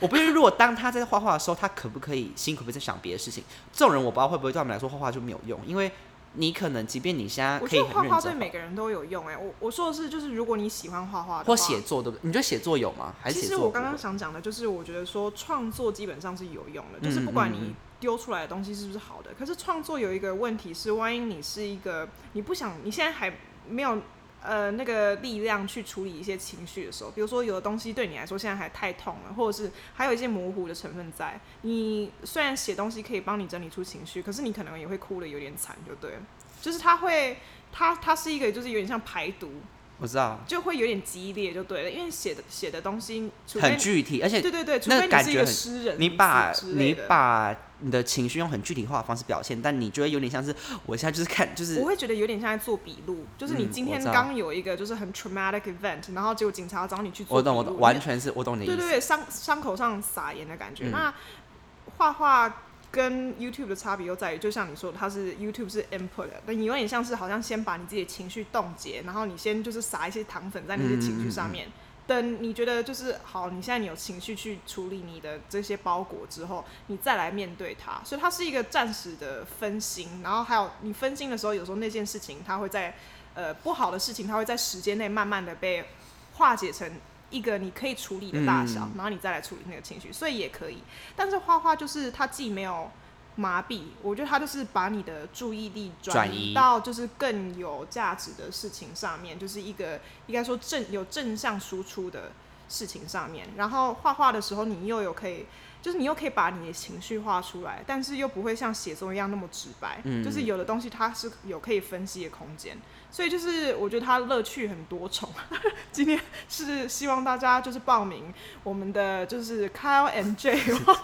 我不确定，如果当他在画画的时候，他可不可以心可不可以在想别的事情？这种人我不知道会不会对他们来说画画就没有用，因为你可能即便你现在我可以觉得很画认画对真每个人都有用哎、我我说的是，就是如果你喜欢画画的话，或写作，对不对？你觉得写作有吗？还是其写实作我不刚刚会想讲的就是，我觉得说创作基本上是有用的，嗯就是不管嗯嗯你丢出来的东西是不是好的，可是创作有一个问题是，万一你是一个你不想，你现在还没有。呃，那个力量去处理一些情绪的时候，比如说有的东西对你来说现在还太痛了，或者是还有一些模糊的成分在。你虽然写东西可以帮你整理出情绪，可是你可能也会哭的有点惨，就对了。就是它会，它它是一个就是有点像排毒，我知道，就会有点激烈就对了。因为写的写的东西，除非很具体，而且对对对，除那非你感是一觉个很诗人，你把之类你的，把你的情绪用很具体化的方式表现，但你觉得有点像是我现在就是看就是我会觉得有点像在做笔录，就是你嗯今我天知道刚有一个就是很 traumatic event，然后结果警察找你去做我笔录，懂我懂，你完全是我懂你的对意对思。对，伤伤口上撒盐的感觉。嗯那画画跟 YouTube 的差别又在于，就像你说的，它是 YouTube 是 input，的那你有点嗯像是好像先把你自己的情绪冻结，然后你先就是撒一些糖粉在你的情绪上面。等你觉得就是好，你现在你有情绪去处理你的这些包裹之后，你再来面对它，所以它是一个暂时的分心，然后还有你分心的时候，有时候那件事情它会在呃不好的事情，它会在时间内慢慢的被化解成一个你可以处理的大小，嗯然后你再来处理那个情绪，所以也可以。但是画画就是它既没有麻痹，我觉得它就是把你的注意力转转移到就是更有价值的事情上面，就是一个应该说正有正向输出的事情上面。然后画画的时候，你又有可以。就是你又可以把你的情绪画出来，但是又不会像写作一样那么直白。嗯就是有的东西它是有可以分析的空间，所以就是我觉得它乐趣很多重。 今天是希望大家就是报名我们的就是 Kyle and J，哇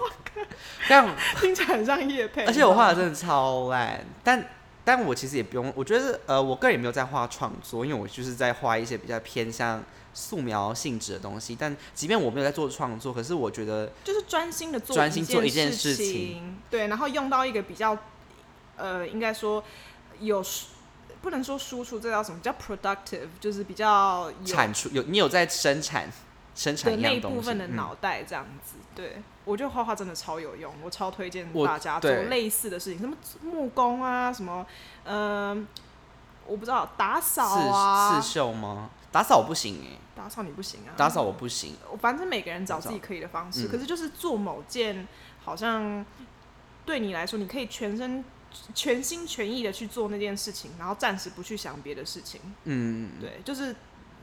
但听起来很像叶佩。而且我画你的真的超烂，但但我其实也不用，我觉得呃，我个人也没有在画创作，因为我就是在画一些比较偏向素描性质的东西。但即便我没有在做创作，可是我觉得知道吗就是专心的做专心做一件事事情对，然后用到一个比较呃，应该说有输不能说输出，这叫什么？比较 productive，就是比较有产出有你有在生产生产的一那一样东西，部分的嗯脑袋这样子。对，我觉得画画真的超有用，我超推荐我大家做对类似的事情，什么木工啊，什么嗯、呃我不知道打扫啊刺，刺绣吗？打扫我不行哎、打扫你不行啊，打扫我不行，我反正每个人找自己可以的方式，嗯可是就是做某件好像对你来说，你可以全身、全心全意的去做那件事情，然后暂时不去想别的事情。嗯，对，就是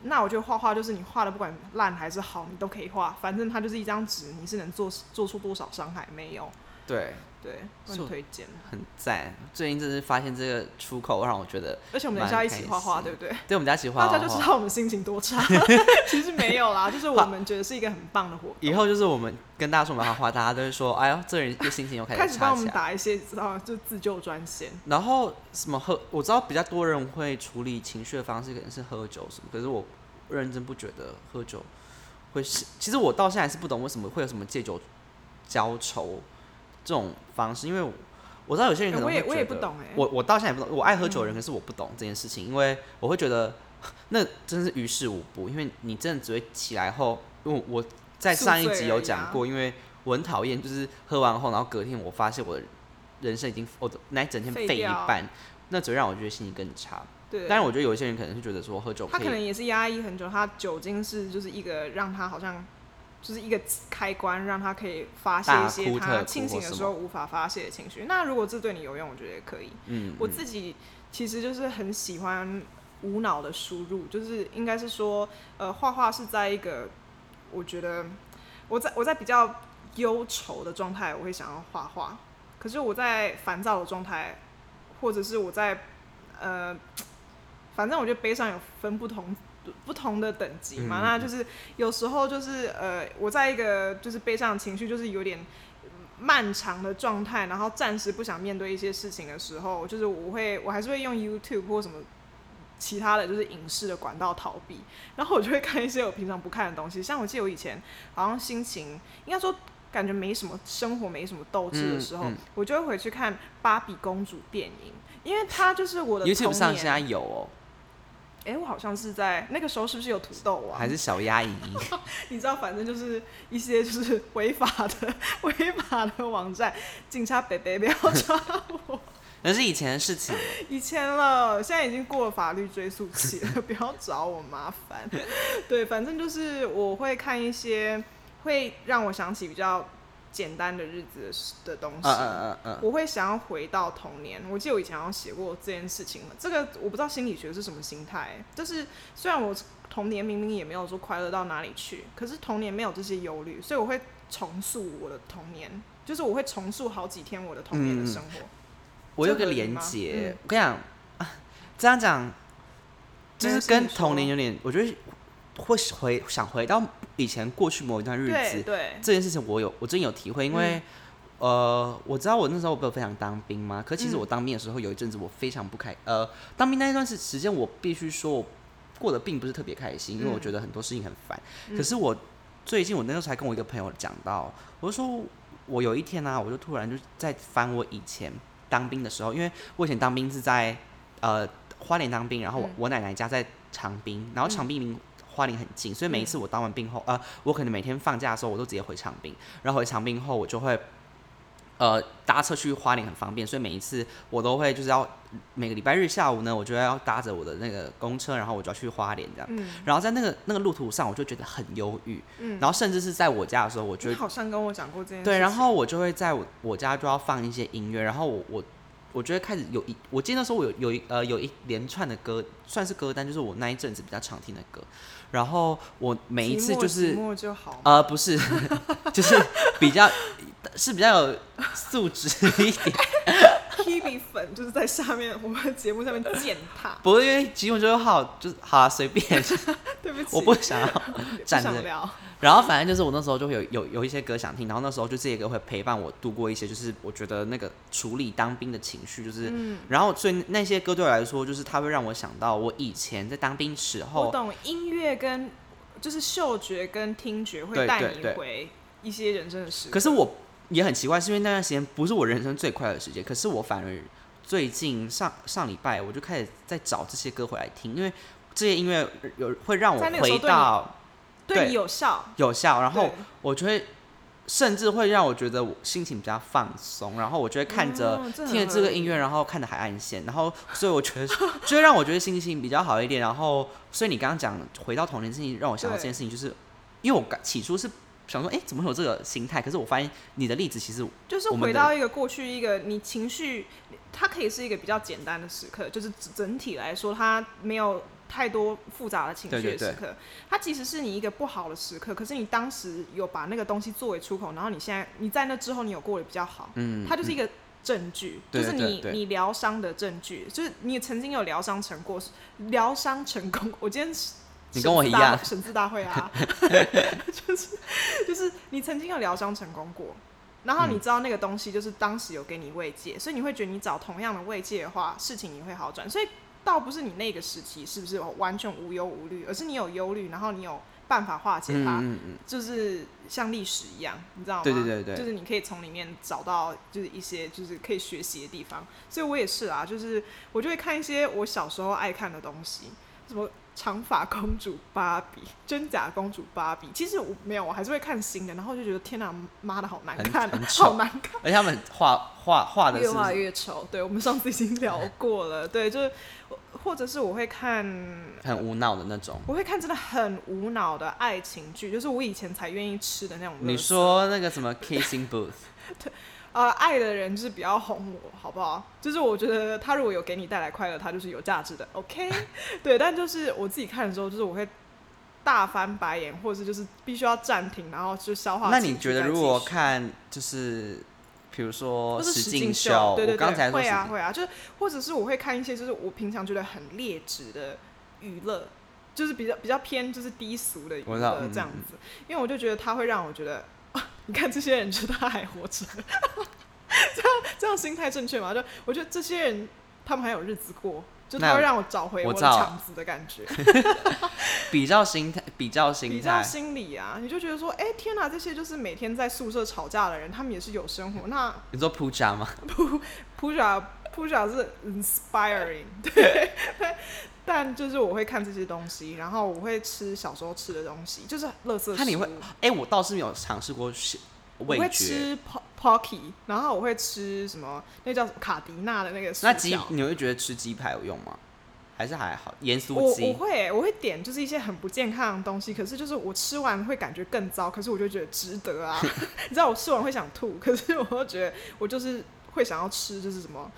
那我觉得画画就是你画的不管烂还是好，你都可以画，反正它就是一张纸，你是能做做出多少伤害没有？对，对，我是很我推荐。很赞。最近真是发现这个出口让我觉得，而且我们等一下一起画画，对不对？对我们家一起画大画，家就知道我们心情多差。 其实没有啦，就是我们觉得是一个很棒的活 动。以后就是我们跟大家说我们画画，大家都会说，哎呦，这个人又心情又开开始帮差我们起来。打一些，知道吗就自救专线。然后什么喝，我知道比较多人会处理情绪的方式可能是喝酒什么，可是我认真不觉得喝酒会是，其实我到现在还是不懂为什么会有什么借酒浇愁这种方式，因为我我知道有些人欸可能我会觉也得、我也不懂哎、我我到现在也不懂，我爱喝酒的人，可是我不懂这件事情，因为我会觉得那真是于事无补，因为你真的只会起来后，因为嗯我在宿上一醉而集已有啊讲过，因为我很讨厌就是喝完后，然后隔天我发现我的人生已经我的那一整天废废一掉半，那只会让我觉得心情更差。对，当然，我觉得有一些人可能是觉得说喝酒他可可能以，也是压抑很久，他酒精是就是一个让他好像就是一个开关，让他可以发泄一大些哭特他哭清醒或的什时候无法发泄的情绪。那如果这对你有用，我觉得也可以。嗯，我嗯自己其实就是很喜欢无脑的输入，就是应该是说，呃，画画是在一个我觉得我在我在比较忧愁的状态，我会想要画画。可是我在烦躁的状态，或者是我在呃，反正我觉得悲伤有分不同不同的等级嘛。嗯那就是有时候就是呃，我在一个就是悲伤的情绪，就是有点漫长的状态，然后暂时不想面对一些事情的时候，就是我会我还是会用 YouTube 或什么其他的就是影视的管道逃避，然后我就会看一些我平常不看的东西。像我记得我以前好像心情应该说感觉没什么生活没什么斗志的时候，嗯嗯我就会回去看《芭比公主》电影，因为它就是我的童 YouTube 上现在年。有哦，哎、我好像是在那个时候是不是有土豆啊？还是小鸭姨，你知道，反正就是一些就是 违法的违法的网站，警察北北不要抓我。那是以前的 事情。以前了，现在已经过了法律追溯期了，不要找我麻烦。 对，反正就是我会看一些会让我想起比较简单的日子的事的东西。嗯嗯嗯嗯，我会想要回到童年。我记得我以前好像写过这件事情了。这个我不知道心理学是什么心态，就是虽然我童年明明也没有说快乐到哪里去，可是童年没有这些忧虑，所以我会重塑我的童年，就是我会重塑好几天我的童年嗯的生活。我有这个合理连吗接嗯，我跟你讲，啊这样讲就没有是是跟你说童年有点，我觉得会回想回到以前过去某一段日对子对，嗯这件事情，我有我最近有体会，因为、呃，我知道我那时候不是非常当兵嘛，可其实嗯我当兵的时候有一阵子我非常不开，呃，当兵那一段时时间我必须说我过得并不是特别开心，因为我嗯觉得很多事情很烦。嗯可是我最近我那时候才跟我一个朋友讲到，我就说我有一天呢、我就突然就在翻我以前当兵的时候，因为我以前当兵是在呃花莲当兵，然后我,、嗯我奶奶家在长滨，然后长滨离花莲很近，所以每一次我当完兵嗯后，呃，我可能每天放假的时候，我都直接回长滨，然后回长滨后，我就会。呃，搭车去花莲很方便，所以每一次我都会就是要每个礼拜日下午呢，我就要搭着我的那个公车，然后我就要去花莲这样。嗯然后在那个那个路途上，我就觉得很忧郁。嗯，然后甚至是在我家的时候，我就你好像跟我讲过这件事情。对，然后我就会在我我家就要放一些音乐，然后我我我就会开始有一，我记得那时候我有有一呃有一连串的歌，算是歌单，就是我那一阵子比较常听的歌。然后我每一次寂寞就是寂寞就好。呃不是， 就是比较是比较有素质一点， Kiwi 粉就是在下面我们的节目下面践踏，不过因为吉永就好就是好、啊、随便， 对不起，我不想要不站着想聊。然后反正就是我那时候就会有有有一些歌想听，然后那时候就这些歌会陪伴我度过一些，就是我觉得那个处理当兵的情绪，就是，嗯然后所以那些歌对我来说，就是它会让我想到我以前在当兵时我候，懂音乐跟就是嗅觉跟听觉会对带对你对回一些人生的时刻。可是我也很奇怪，是因为那段时间不是我人生最快乐的时间，可是我反而最近上上礼拜我就开始在找这些歌回来听，因为这些音乐有会让我在那个时候回对你到对对你有效，有效，然后对我就会甚至会让我觉得我心情比较放松，然后我就会看着、哦这很听着这合个理音乐，然后看着海岸线，然后所以我觉得就会让我觉得心情比较好一点。然后所以你刚刚讲回到童年事情，让我想到这件事情，就是因为我刚起初是想说，哎、怎么会有这个心态？可是我发现你的例子其实就是我们回的到一个过去一个你情绪，它可以是一个比较简单的时刻，就是整体来说它没有太多复杂的情绪对的对时对刻。它即使是你一个不好的时刻，可是你当时有把那个东西作为出口，然后你现在你在那之后你有过得比较好，嗯，它就是一嗯个证据，对就是对你对你疗伤的证据，就是你曾经有疗伤成过，疗伤成功。我今天是你跟我一样省字大会 啊，就是就是你曾经有疗伤成功过，然后你嗯知道那个东西就是当时有给你慰藉，所以你会觉得你找同样的慰藉的话，事情也会好转。所以倒不是你那个时期是不是完全无忧无虑，而是你有忧虑，然后你有办法化解嗯它。嗯嗯，就是像历史一样，你知道吗？对对对对就是你可以从里面找到就是一些就是可以学习的地方。所以我也是啊，就是我就会看一些我小时候爱看的东西，什么长发公主芭比、真假公主芭比。其实我没有，我还是会看新的，然后就觉得天哪、妈的好难看啊很很，丑好难看，而且他们画画画的越是不画是越丑。 对，我们上次已经聊过了。对，就是或者是我会看很无脑的那种。我会看真的很无脑的爱情剧，就是我以前才愿意吃的那种垃圾。你说那个什么 kissing booth，呃，爱的人就是比较哄我，好不好？就是我觉得他如果有给你带来快乐，他就是有价值的，OK？对，但就是我自己看的时候，就是我会大翻白眼，或者是就是必须要暂停，然后就消哦化情绪那再继续。你觉得如果看就是，比如说或是石进进秀，对对对，我刚才说会石啊会啊，就是或者是我会看一些就是我平常觉得很劣质的娱乐，就是比较比较偏就是低俗的娱我知道乐嗯这样子，因为我就觉得它会让我觉得，啊你看这些人觉得他还活着， 这样这样心态正确吗？就我觉得这些人他们还有日子过。就那他会让我找回我的知道场子的感觉，比较心态，比较比心较态，心理啊，你就觉得说，哎、天哪，这些就是每天在宿舍吵架的人，他们也是有生活，那你说 Puja 吗？ Puja Puja 是 inspiring，对， 但就是我会看这些东西，然后我会吃小时候吃的东西，就是垃圾食物。那你会哎、我倒是没有尝试过是我会味觉。吃 po- Pocky，然后我会吃什么？那叫什么卡迪娜的那个薯那鸡条。你会觉得吃鸡排有用吗？还是还好？盐我酥我鸡，会、欸我会点就是一些很不健康的东西，可是就是我吃完会感觉更糟，可是我就觉得值得 啊。你知道我吃完会想吐，可是我又觉得我就是会想要吃，就是什么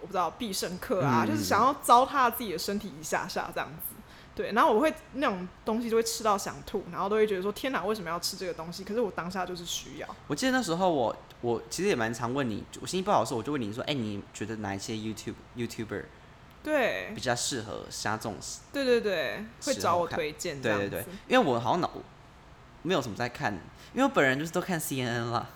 我不知道必胜客啊，嗯就是想要糟蹋自己的身体一下下这样子。对，然后我会那种东西就会吃到想吐，然后都会觉得说天哪，为什么要吃这个东西？可是我当下就是需要。我记得那时候我我其实也蛮常问你，我心情不好的时候我就问你说，哎、你觉得哪一些 YouTube YouTuber 对比较适合像这种事？对对对，会时找候我看推荐这对样对子。对，因为我好像脑没有什么在看，因为我本人就是都看 CNN 啦。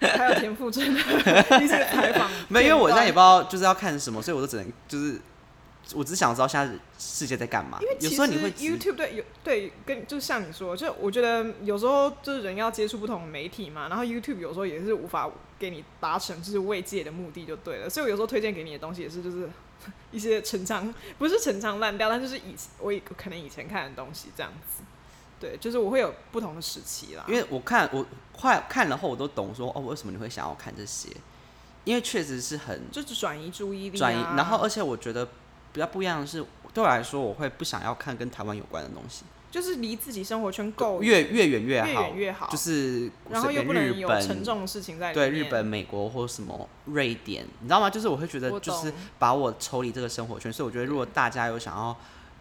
还有田馥甄的 一些采访片段， 没有，因为我现在也不知道就是要看什么，所以我都只能就是我只想知道现在世界在干嘛因为。有其实时候你会只 YouTube 对有对跟就像你说，就我觉得有时候就是人要接触不同的媒体嘛，然后 YouTube 有时候也是无法给你达成就是慰藉的目的就对了，所以我有时候推荐给你的东西也是就是 一些陈腔不是陈腔滥调，但就是以我以可能以前看的东西这样子。对，就是我会有不同的时期啦。因为我看我快看了后，我都懂说哦，为什么你会想要看这些？因为确实是很就是转移注意力、啊，转移，然后而且我觉得比较不一样的是，对我来说，我会不想要看跟台湾有关的东西，就是离自己生活圈够越越远越越好，远越好，就是然后随又便不能有日本沉重的事情在里对面。日本、美国或什么瑞典，你知道吗？就是我会觉得我就是懂把我抽离这个生活圈，所以我觉得如果大家有想要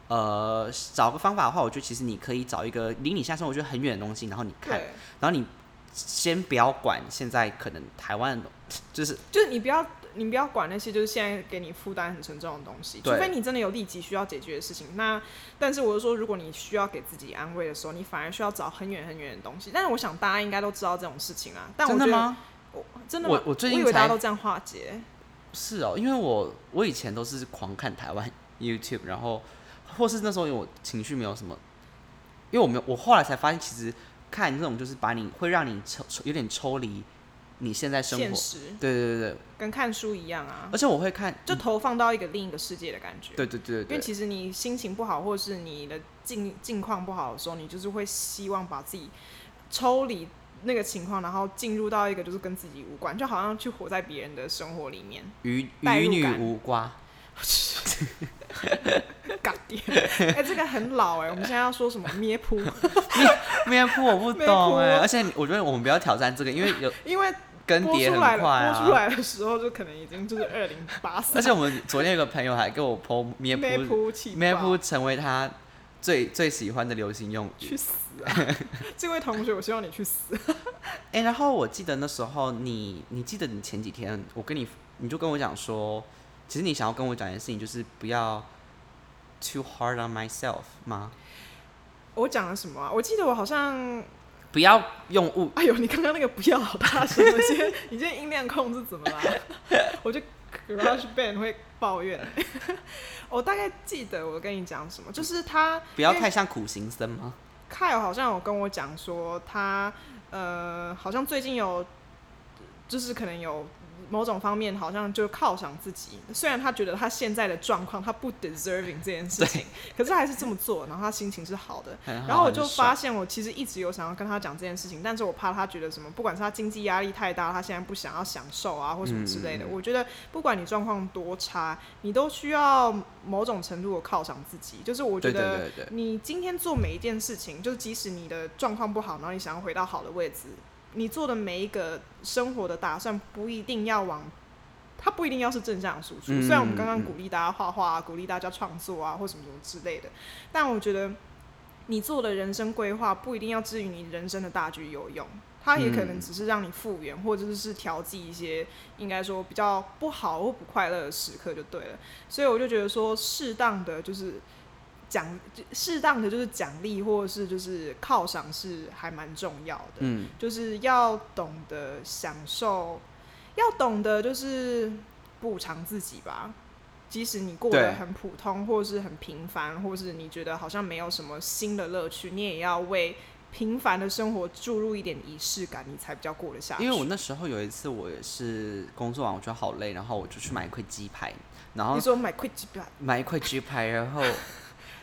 呃找个方法的话，我觉得其实你可以找一个离你现在生活圈很远的东西，然后你看，对，然后你先不要管现在可能台湾的就是就是你不要你不要管那些就是现在给你负担很沉重的东西，除对非你真的有立即需要解决的事情。那但是我是说，如果你需要给自己安慰的时候，你反而需要找很远很远的东西。但是我想大家应该都知道这种事情啊。但我真的觉得吗？我真的我吗我最近以为大才家都这样化解，是哦，因为我我以前都是狂看台湾 YouTube，然后或是那时候因为我情绪没有什么，因为我没有，我后来才发现其实看这种就是把你会让你抽抽有点抽离你现在生活现，实对对对对，跟看书一样啊而，且我会看，就投放到一个另一个世界的感觉。对对对因对为对，其实你心情不好，或是你的境境况不好的时候，你就是会希望把自己抽离那个情况，然后进入到一个就是跟自己无关，就好像去活在别人的生活里 面。与代与入女感无瓜，嘎爹，哎、这个很老哎、我们现在要说什么咩扑？面铺我 不面懂铺哎，而且我觉得我们不要挑战这个，因为有因为更播迭出很来了，快播出啊。来的时候就可能已经就是二零八四，而且我们昨天有个朋友还给我 剖咩咩铺，扑气咩爆铺成为他最最喜欢的流行用语。去死啊！ 这位同学，我希望你去死。哎、然后我记得那时候你，你记得你前几天，我跟你，你就跟我讲说，其实你想要跟我讲一件事情，就是不要 too hard on myself 吗？我讲了什么啊？我记得我好像不要用物，哎呦，你刚刚那个不要好大声！我今天你今天音 量控制怎么啦？我就 Garage Band 会抱怨。 我大概记得我跟你讲什么，就是他不要因为太像苦行僧吗？ Kyle 好像有跟我讲说他呃，好像最近有就是可能有某种方面好像就犒赏自己，虽然他觉得他现在的状况他不 deserving 这件事情，可是他还是这么做，然后他心情是好的。很好然后我就很发爽现，我其实一直有想要跟他讲这件事情，但是我怕他觉得什么，不管是他经济压力太大，他现在不想要享受啊，或什么之类嗯的。我觉得不管你状况多差，你都需要某种程度的犒赏自己。就是我觉对对得对对，你今天做每一件事情，就是即使你的状况不好，然后你想要回到好的位置，你做的每一个生活的打算不一定要往。它不一定要是正向的输出，嗯虽然我们刚刚嗯鼓励大家画画、啊，鼓励大家创作啊，或什么什么之类的，但我觉得你做的人生规划不一定要至于你人生的大局有用，它也可能嗯只是让你复原，或者是调剂一些应该说比较不好或不快乐的时刻就对了。所以我就觉得说，适当的就是奖，适当的就是奖励或者是就是犒赏是还蛮重要的。嗯，就是要懂得享受，要懂得就是补偿自己吧。即使你过得对很普通，或是很平凡，或是你觉得好像没有什么新的乐趣，你也要为平凡的生活注入一点仪式感，你才比较过得下去。因为我那时候有一次，我也是工作完，我觉得好累，然后我就去买一块鸡排，然后你说买 quick 鸡排，买一块鸡排，然后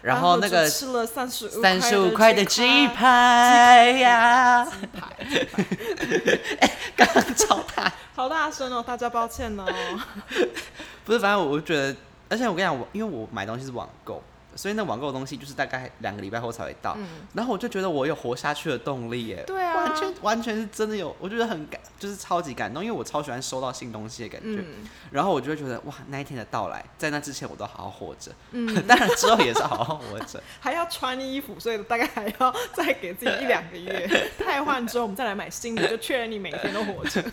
然后那只个吃了三十五三十五块的鸡排，排呀、鸡排哎刚刚超大好大声哦，大家抱歉哦。不是，反正我我觉得，而且我跟你讲，我因为我买东西是网购，所以那网购的东西就是大概两个礼拜后才会到。嗯，然后我就觉得我有活下去的动力耶，对啊完，全完全是真的有，我觉得很感，就是超级感动，因为我超喜欢收到新东西的感觉。嗯然后我就会觉得哇，那一天的到来，在那之前我都好好活着，嗯， 当然之后也是好好活 着。还要穿衣服，所以大概还要再给自己一两个月太换之后，我们再来买新的，就确认你每天都活着。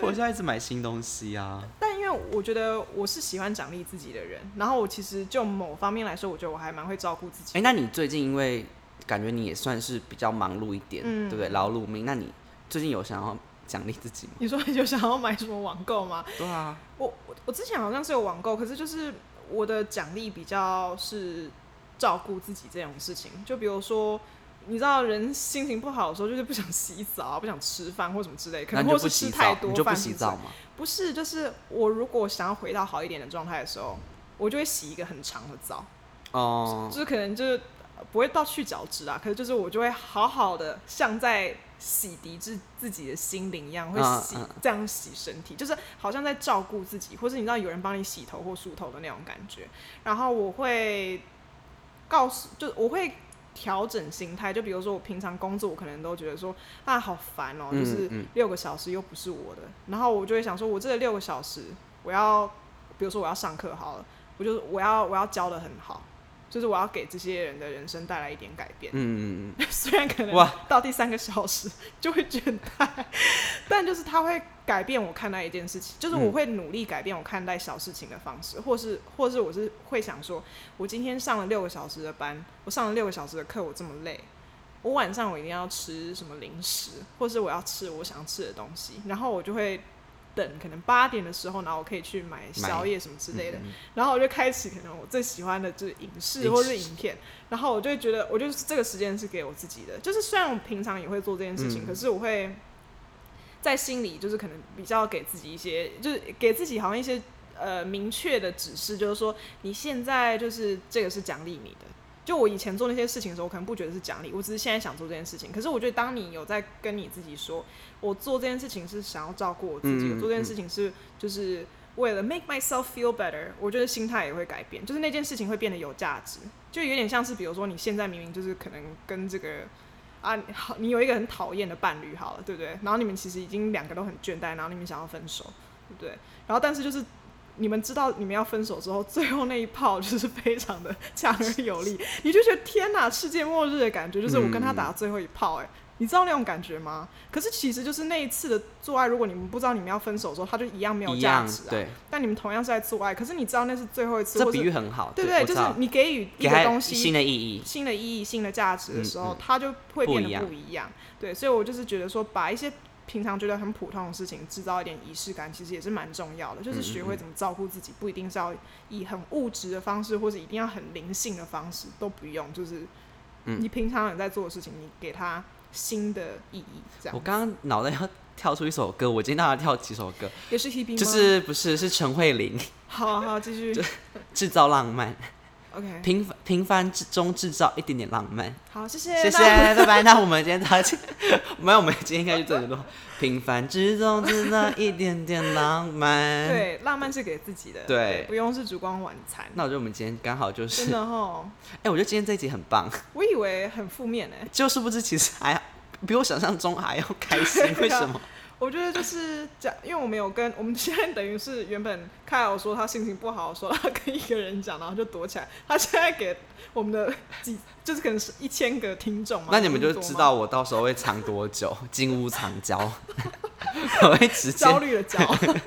我就要一直买新东西啊，但因为我觉得我是喜欢奖励自己的人，然后我其实就某方面来说，我觉得我还蛮会照顾自己哎、。那你最近因为感觉你也算是比较忙碌一点，嗯对不对？劳碌命，那你最近有想要奖励自己吗？你说你就想要买什么网购吗？对啊，我我之前好像是有网购，可是就是我的奖励比较是照顾自己这种事情，就比如说。你知道人心情不好的时候，就是不想洗澡啊、不想吃饭或什么之类，可那能你或就不是洗吃澡太，你多就不饭洗什么之澡类嘛？不是，就是我如果想要回到好一点的状态的时候，我就会洗一个很长的澡，哦就，是可能就是呃不会到去角质啊，可是就是我就会好好的像在洗涤自自己的心灵一样，会嗯洗、嗯这样洗身体，就是好像在照顾自己，或是你知道有人帮你洗头或梳头的那种感觉。然后我会告诉，就我会。调整心态，就比如说我平常工作，我可能都觉得说啊好烦哦、就嗯是嗯六个小时又不是我的，然后我就会想说，我这六个小时我要，比如说我要上课好了，我就我要我要教的很好，就是我要给这些人的人生带来一点改变。嗯嗯嗯， 虽然可能哇到第三个小时就会倦怠，但就是它会改变我看待一件事情，就是我嗯会努力改变我看待小事情的方式，或是或是我是会想说，我今天上了六个小时的班，我上了六个小时的课，我这么累。我晚上我一定要吃什么零食，或是我要吃我想吃的东西，然后我就会等可能八点的时候，然后我可以去买宵夜什么之类的，嗯嗯然后我就开启可能我最喜欢的就是影视影或是视影片，然后我就会觉得，我就是这个时间是给我自己的，就是虽然我平常也会做这件事情，嗯可是我会在心里就是可能比较给自己一些，就是给自己好像一些呃明确的指示，就是说你现在就是这个是奖励你的。就我以前做那些事情的时候，我可能不觉得是奖励，我只是现在想做这件事情。可是我觉得，当你有在跟你自己说，我做这件事情是想要照顾我自己，嗯我做这件嗯事情是就是为了 make myself feel better，我觉得心态也会改变，就是那件事情会变得有价值，就有点像是比如说你现在明明就是可能跟这个啊，你好，你有一个很讨厌的伴侣好了，对不对？然后你们其实已经两个都很倦怠，然后你们想要分手，对不对？然后但是就是。你们知道你们要分手之后，最后那一炮就是非常的强而有力，你就觉得天哪，世界末日的感觉，就是我跟他打最后一炮、哎、你知道那种感觉吗？可是其实就是那一次的做爱，如果你们不知道你们要分手的时候，他就一样没有一价样值啊。对，但你们同样是在做爱，可是你知道那是最后一次，这或比是喻很好，对不对，对？我就是知道你给予一给个它东新西的意义，新的意义、新的价值的时候，嗯嗯它就会变不得一样不一样。对，所以我就是觉得说，把一些平常觉得很普通的事情制造一点仪式感，其实也是蛮重要的。就是嗯嗯学会嗯怎么照顾自己，不一定是要以很物质的方式，或者一定要很灵性的方式，都不用。就是嗯你平常有在做的事情，你给它新的意义，这我样刚刚脑袋要跳出一首歌，我今天到底要跳几首歌？也是 Hebe 吗？就是不是是陈慧琳《好好继续制造浪漫》， ，OK，平凡平凡之中制造一点点浪漫。好，谢谢谢，那我们拜拜。那我们今天到这， 没有，我们今天应该就这里录。平凡之中制造一点点浪漫。，对，浪漫是给自己的，对不用是烛光晚餐。那我觉得我们今天刚好就真是，哎、的吼，我觉得今天这一集很棒，我以为很负面欸呢、就是不知其实还 比我想象中还要开心， 为什么？我觉得就是讲，因为我们有跟我们现在等于是原本凯尔说他心情不好的时候，说他跟一个人讲，然后就躲起来。他现在给我们的几，就是可能是一千个听众嘛，那你们这么就多吗知道我到时候会藏多 久，金屋藏娇， 我会直接焦虑的焦，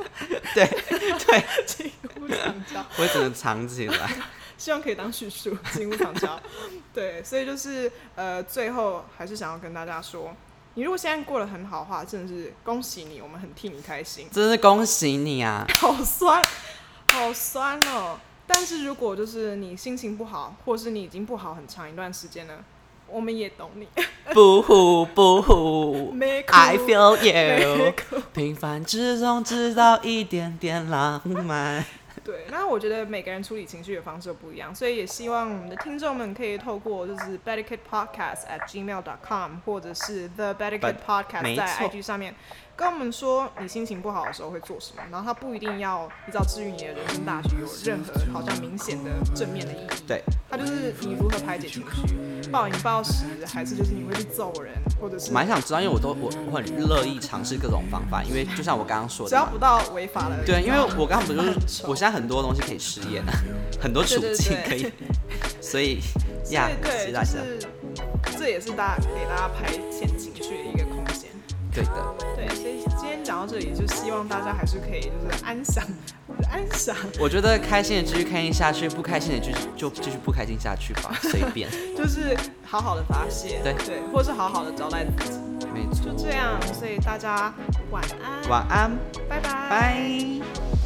对对， 金屋藏娇，我会整个藏起来。希望可以当叙述金屋藏娇。 对，所以就是呃，最后还是想要跟大家说，你如果现在过得很好的话，真的是恭喜你，我们很替你开心。真是恭喜你啊！ 好酸，好酸哦！但是如果就是你心情不好，或是你已经不好很长一段时间了，我们也懂 你。不呼不呼没哭，I feel 没 you。哭平凡之中制造一点点浪漫。 对，那我觉得每个人处理情绪的方式都不一样，所以也希望我们的听众们可以透过就是 b e t t e r Kid Podcast at gmail dot com，或者是 The b e t t e r Kid Podcast 没在错 IG 上面跟我们说你心情不好的时候会做什么，然后它不一定要你知道治愈你的人生大局有任何好像明显的正面的意义。对，它就是你如何排解情绪，暴饮暴食，还是就是你会去揍人，或者是我蛮想知道，因为我都我我很乐意尝试各种方法，因为就像我刚刚说只的要嘛不，到违法的，对，因为我刚刚不就是我现在很多东西可以试验，啊很多处对对境对 可以，所以呀，对期对，就待期待，是这也是大家给大家排遣情绪的一个空间。对的，对，所以今天讲到这里，就希望大家还是可以就是安详， 安详。我觉得开心的继续开心下去，不开心的继续就继续不开心下去吧，随便， 就是好好的发泄，对对，或是好好的招待自己， 没错，就这样。所以大家晚安，晚安，拜拜，拜。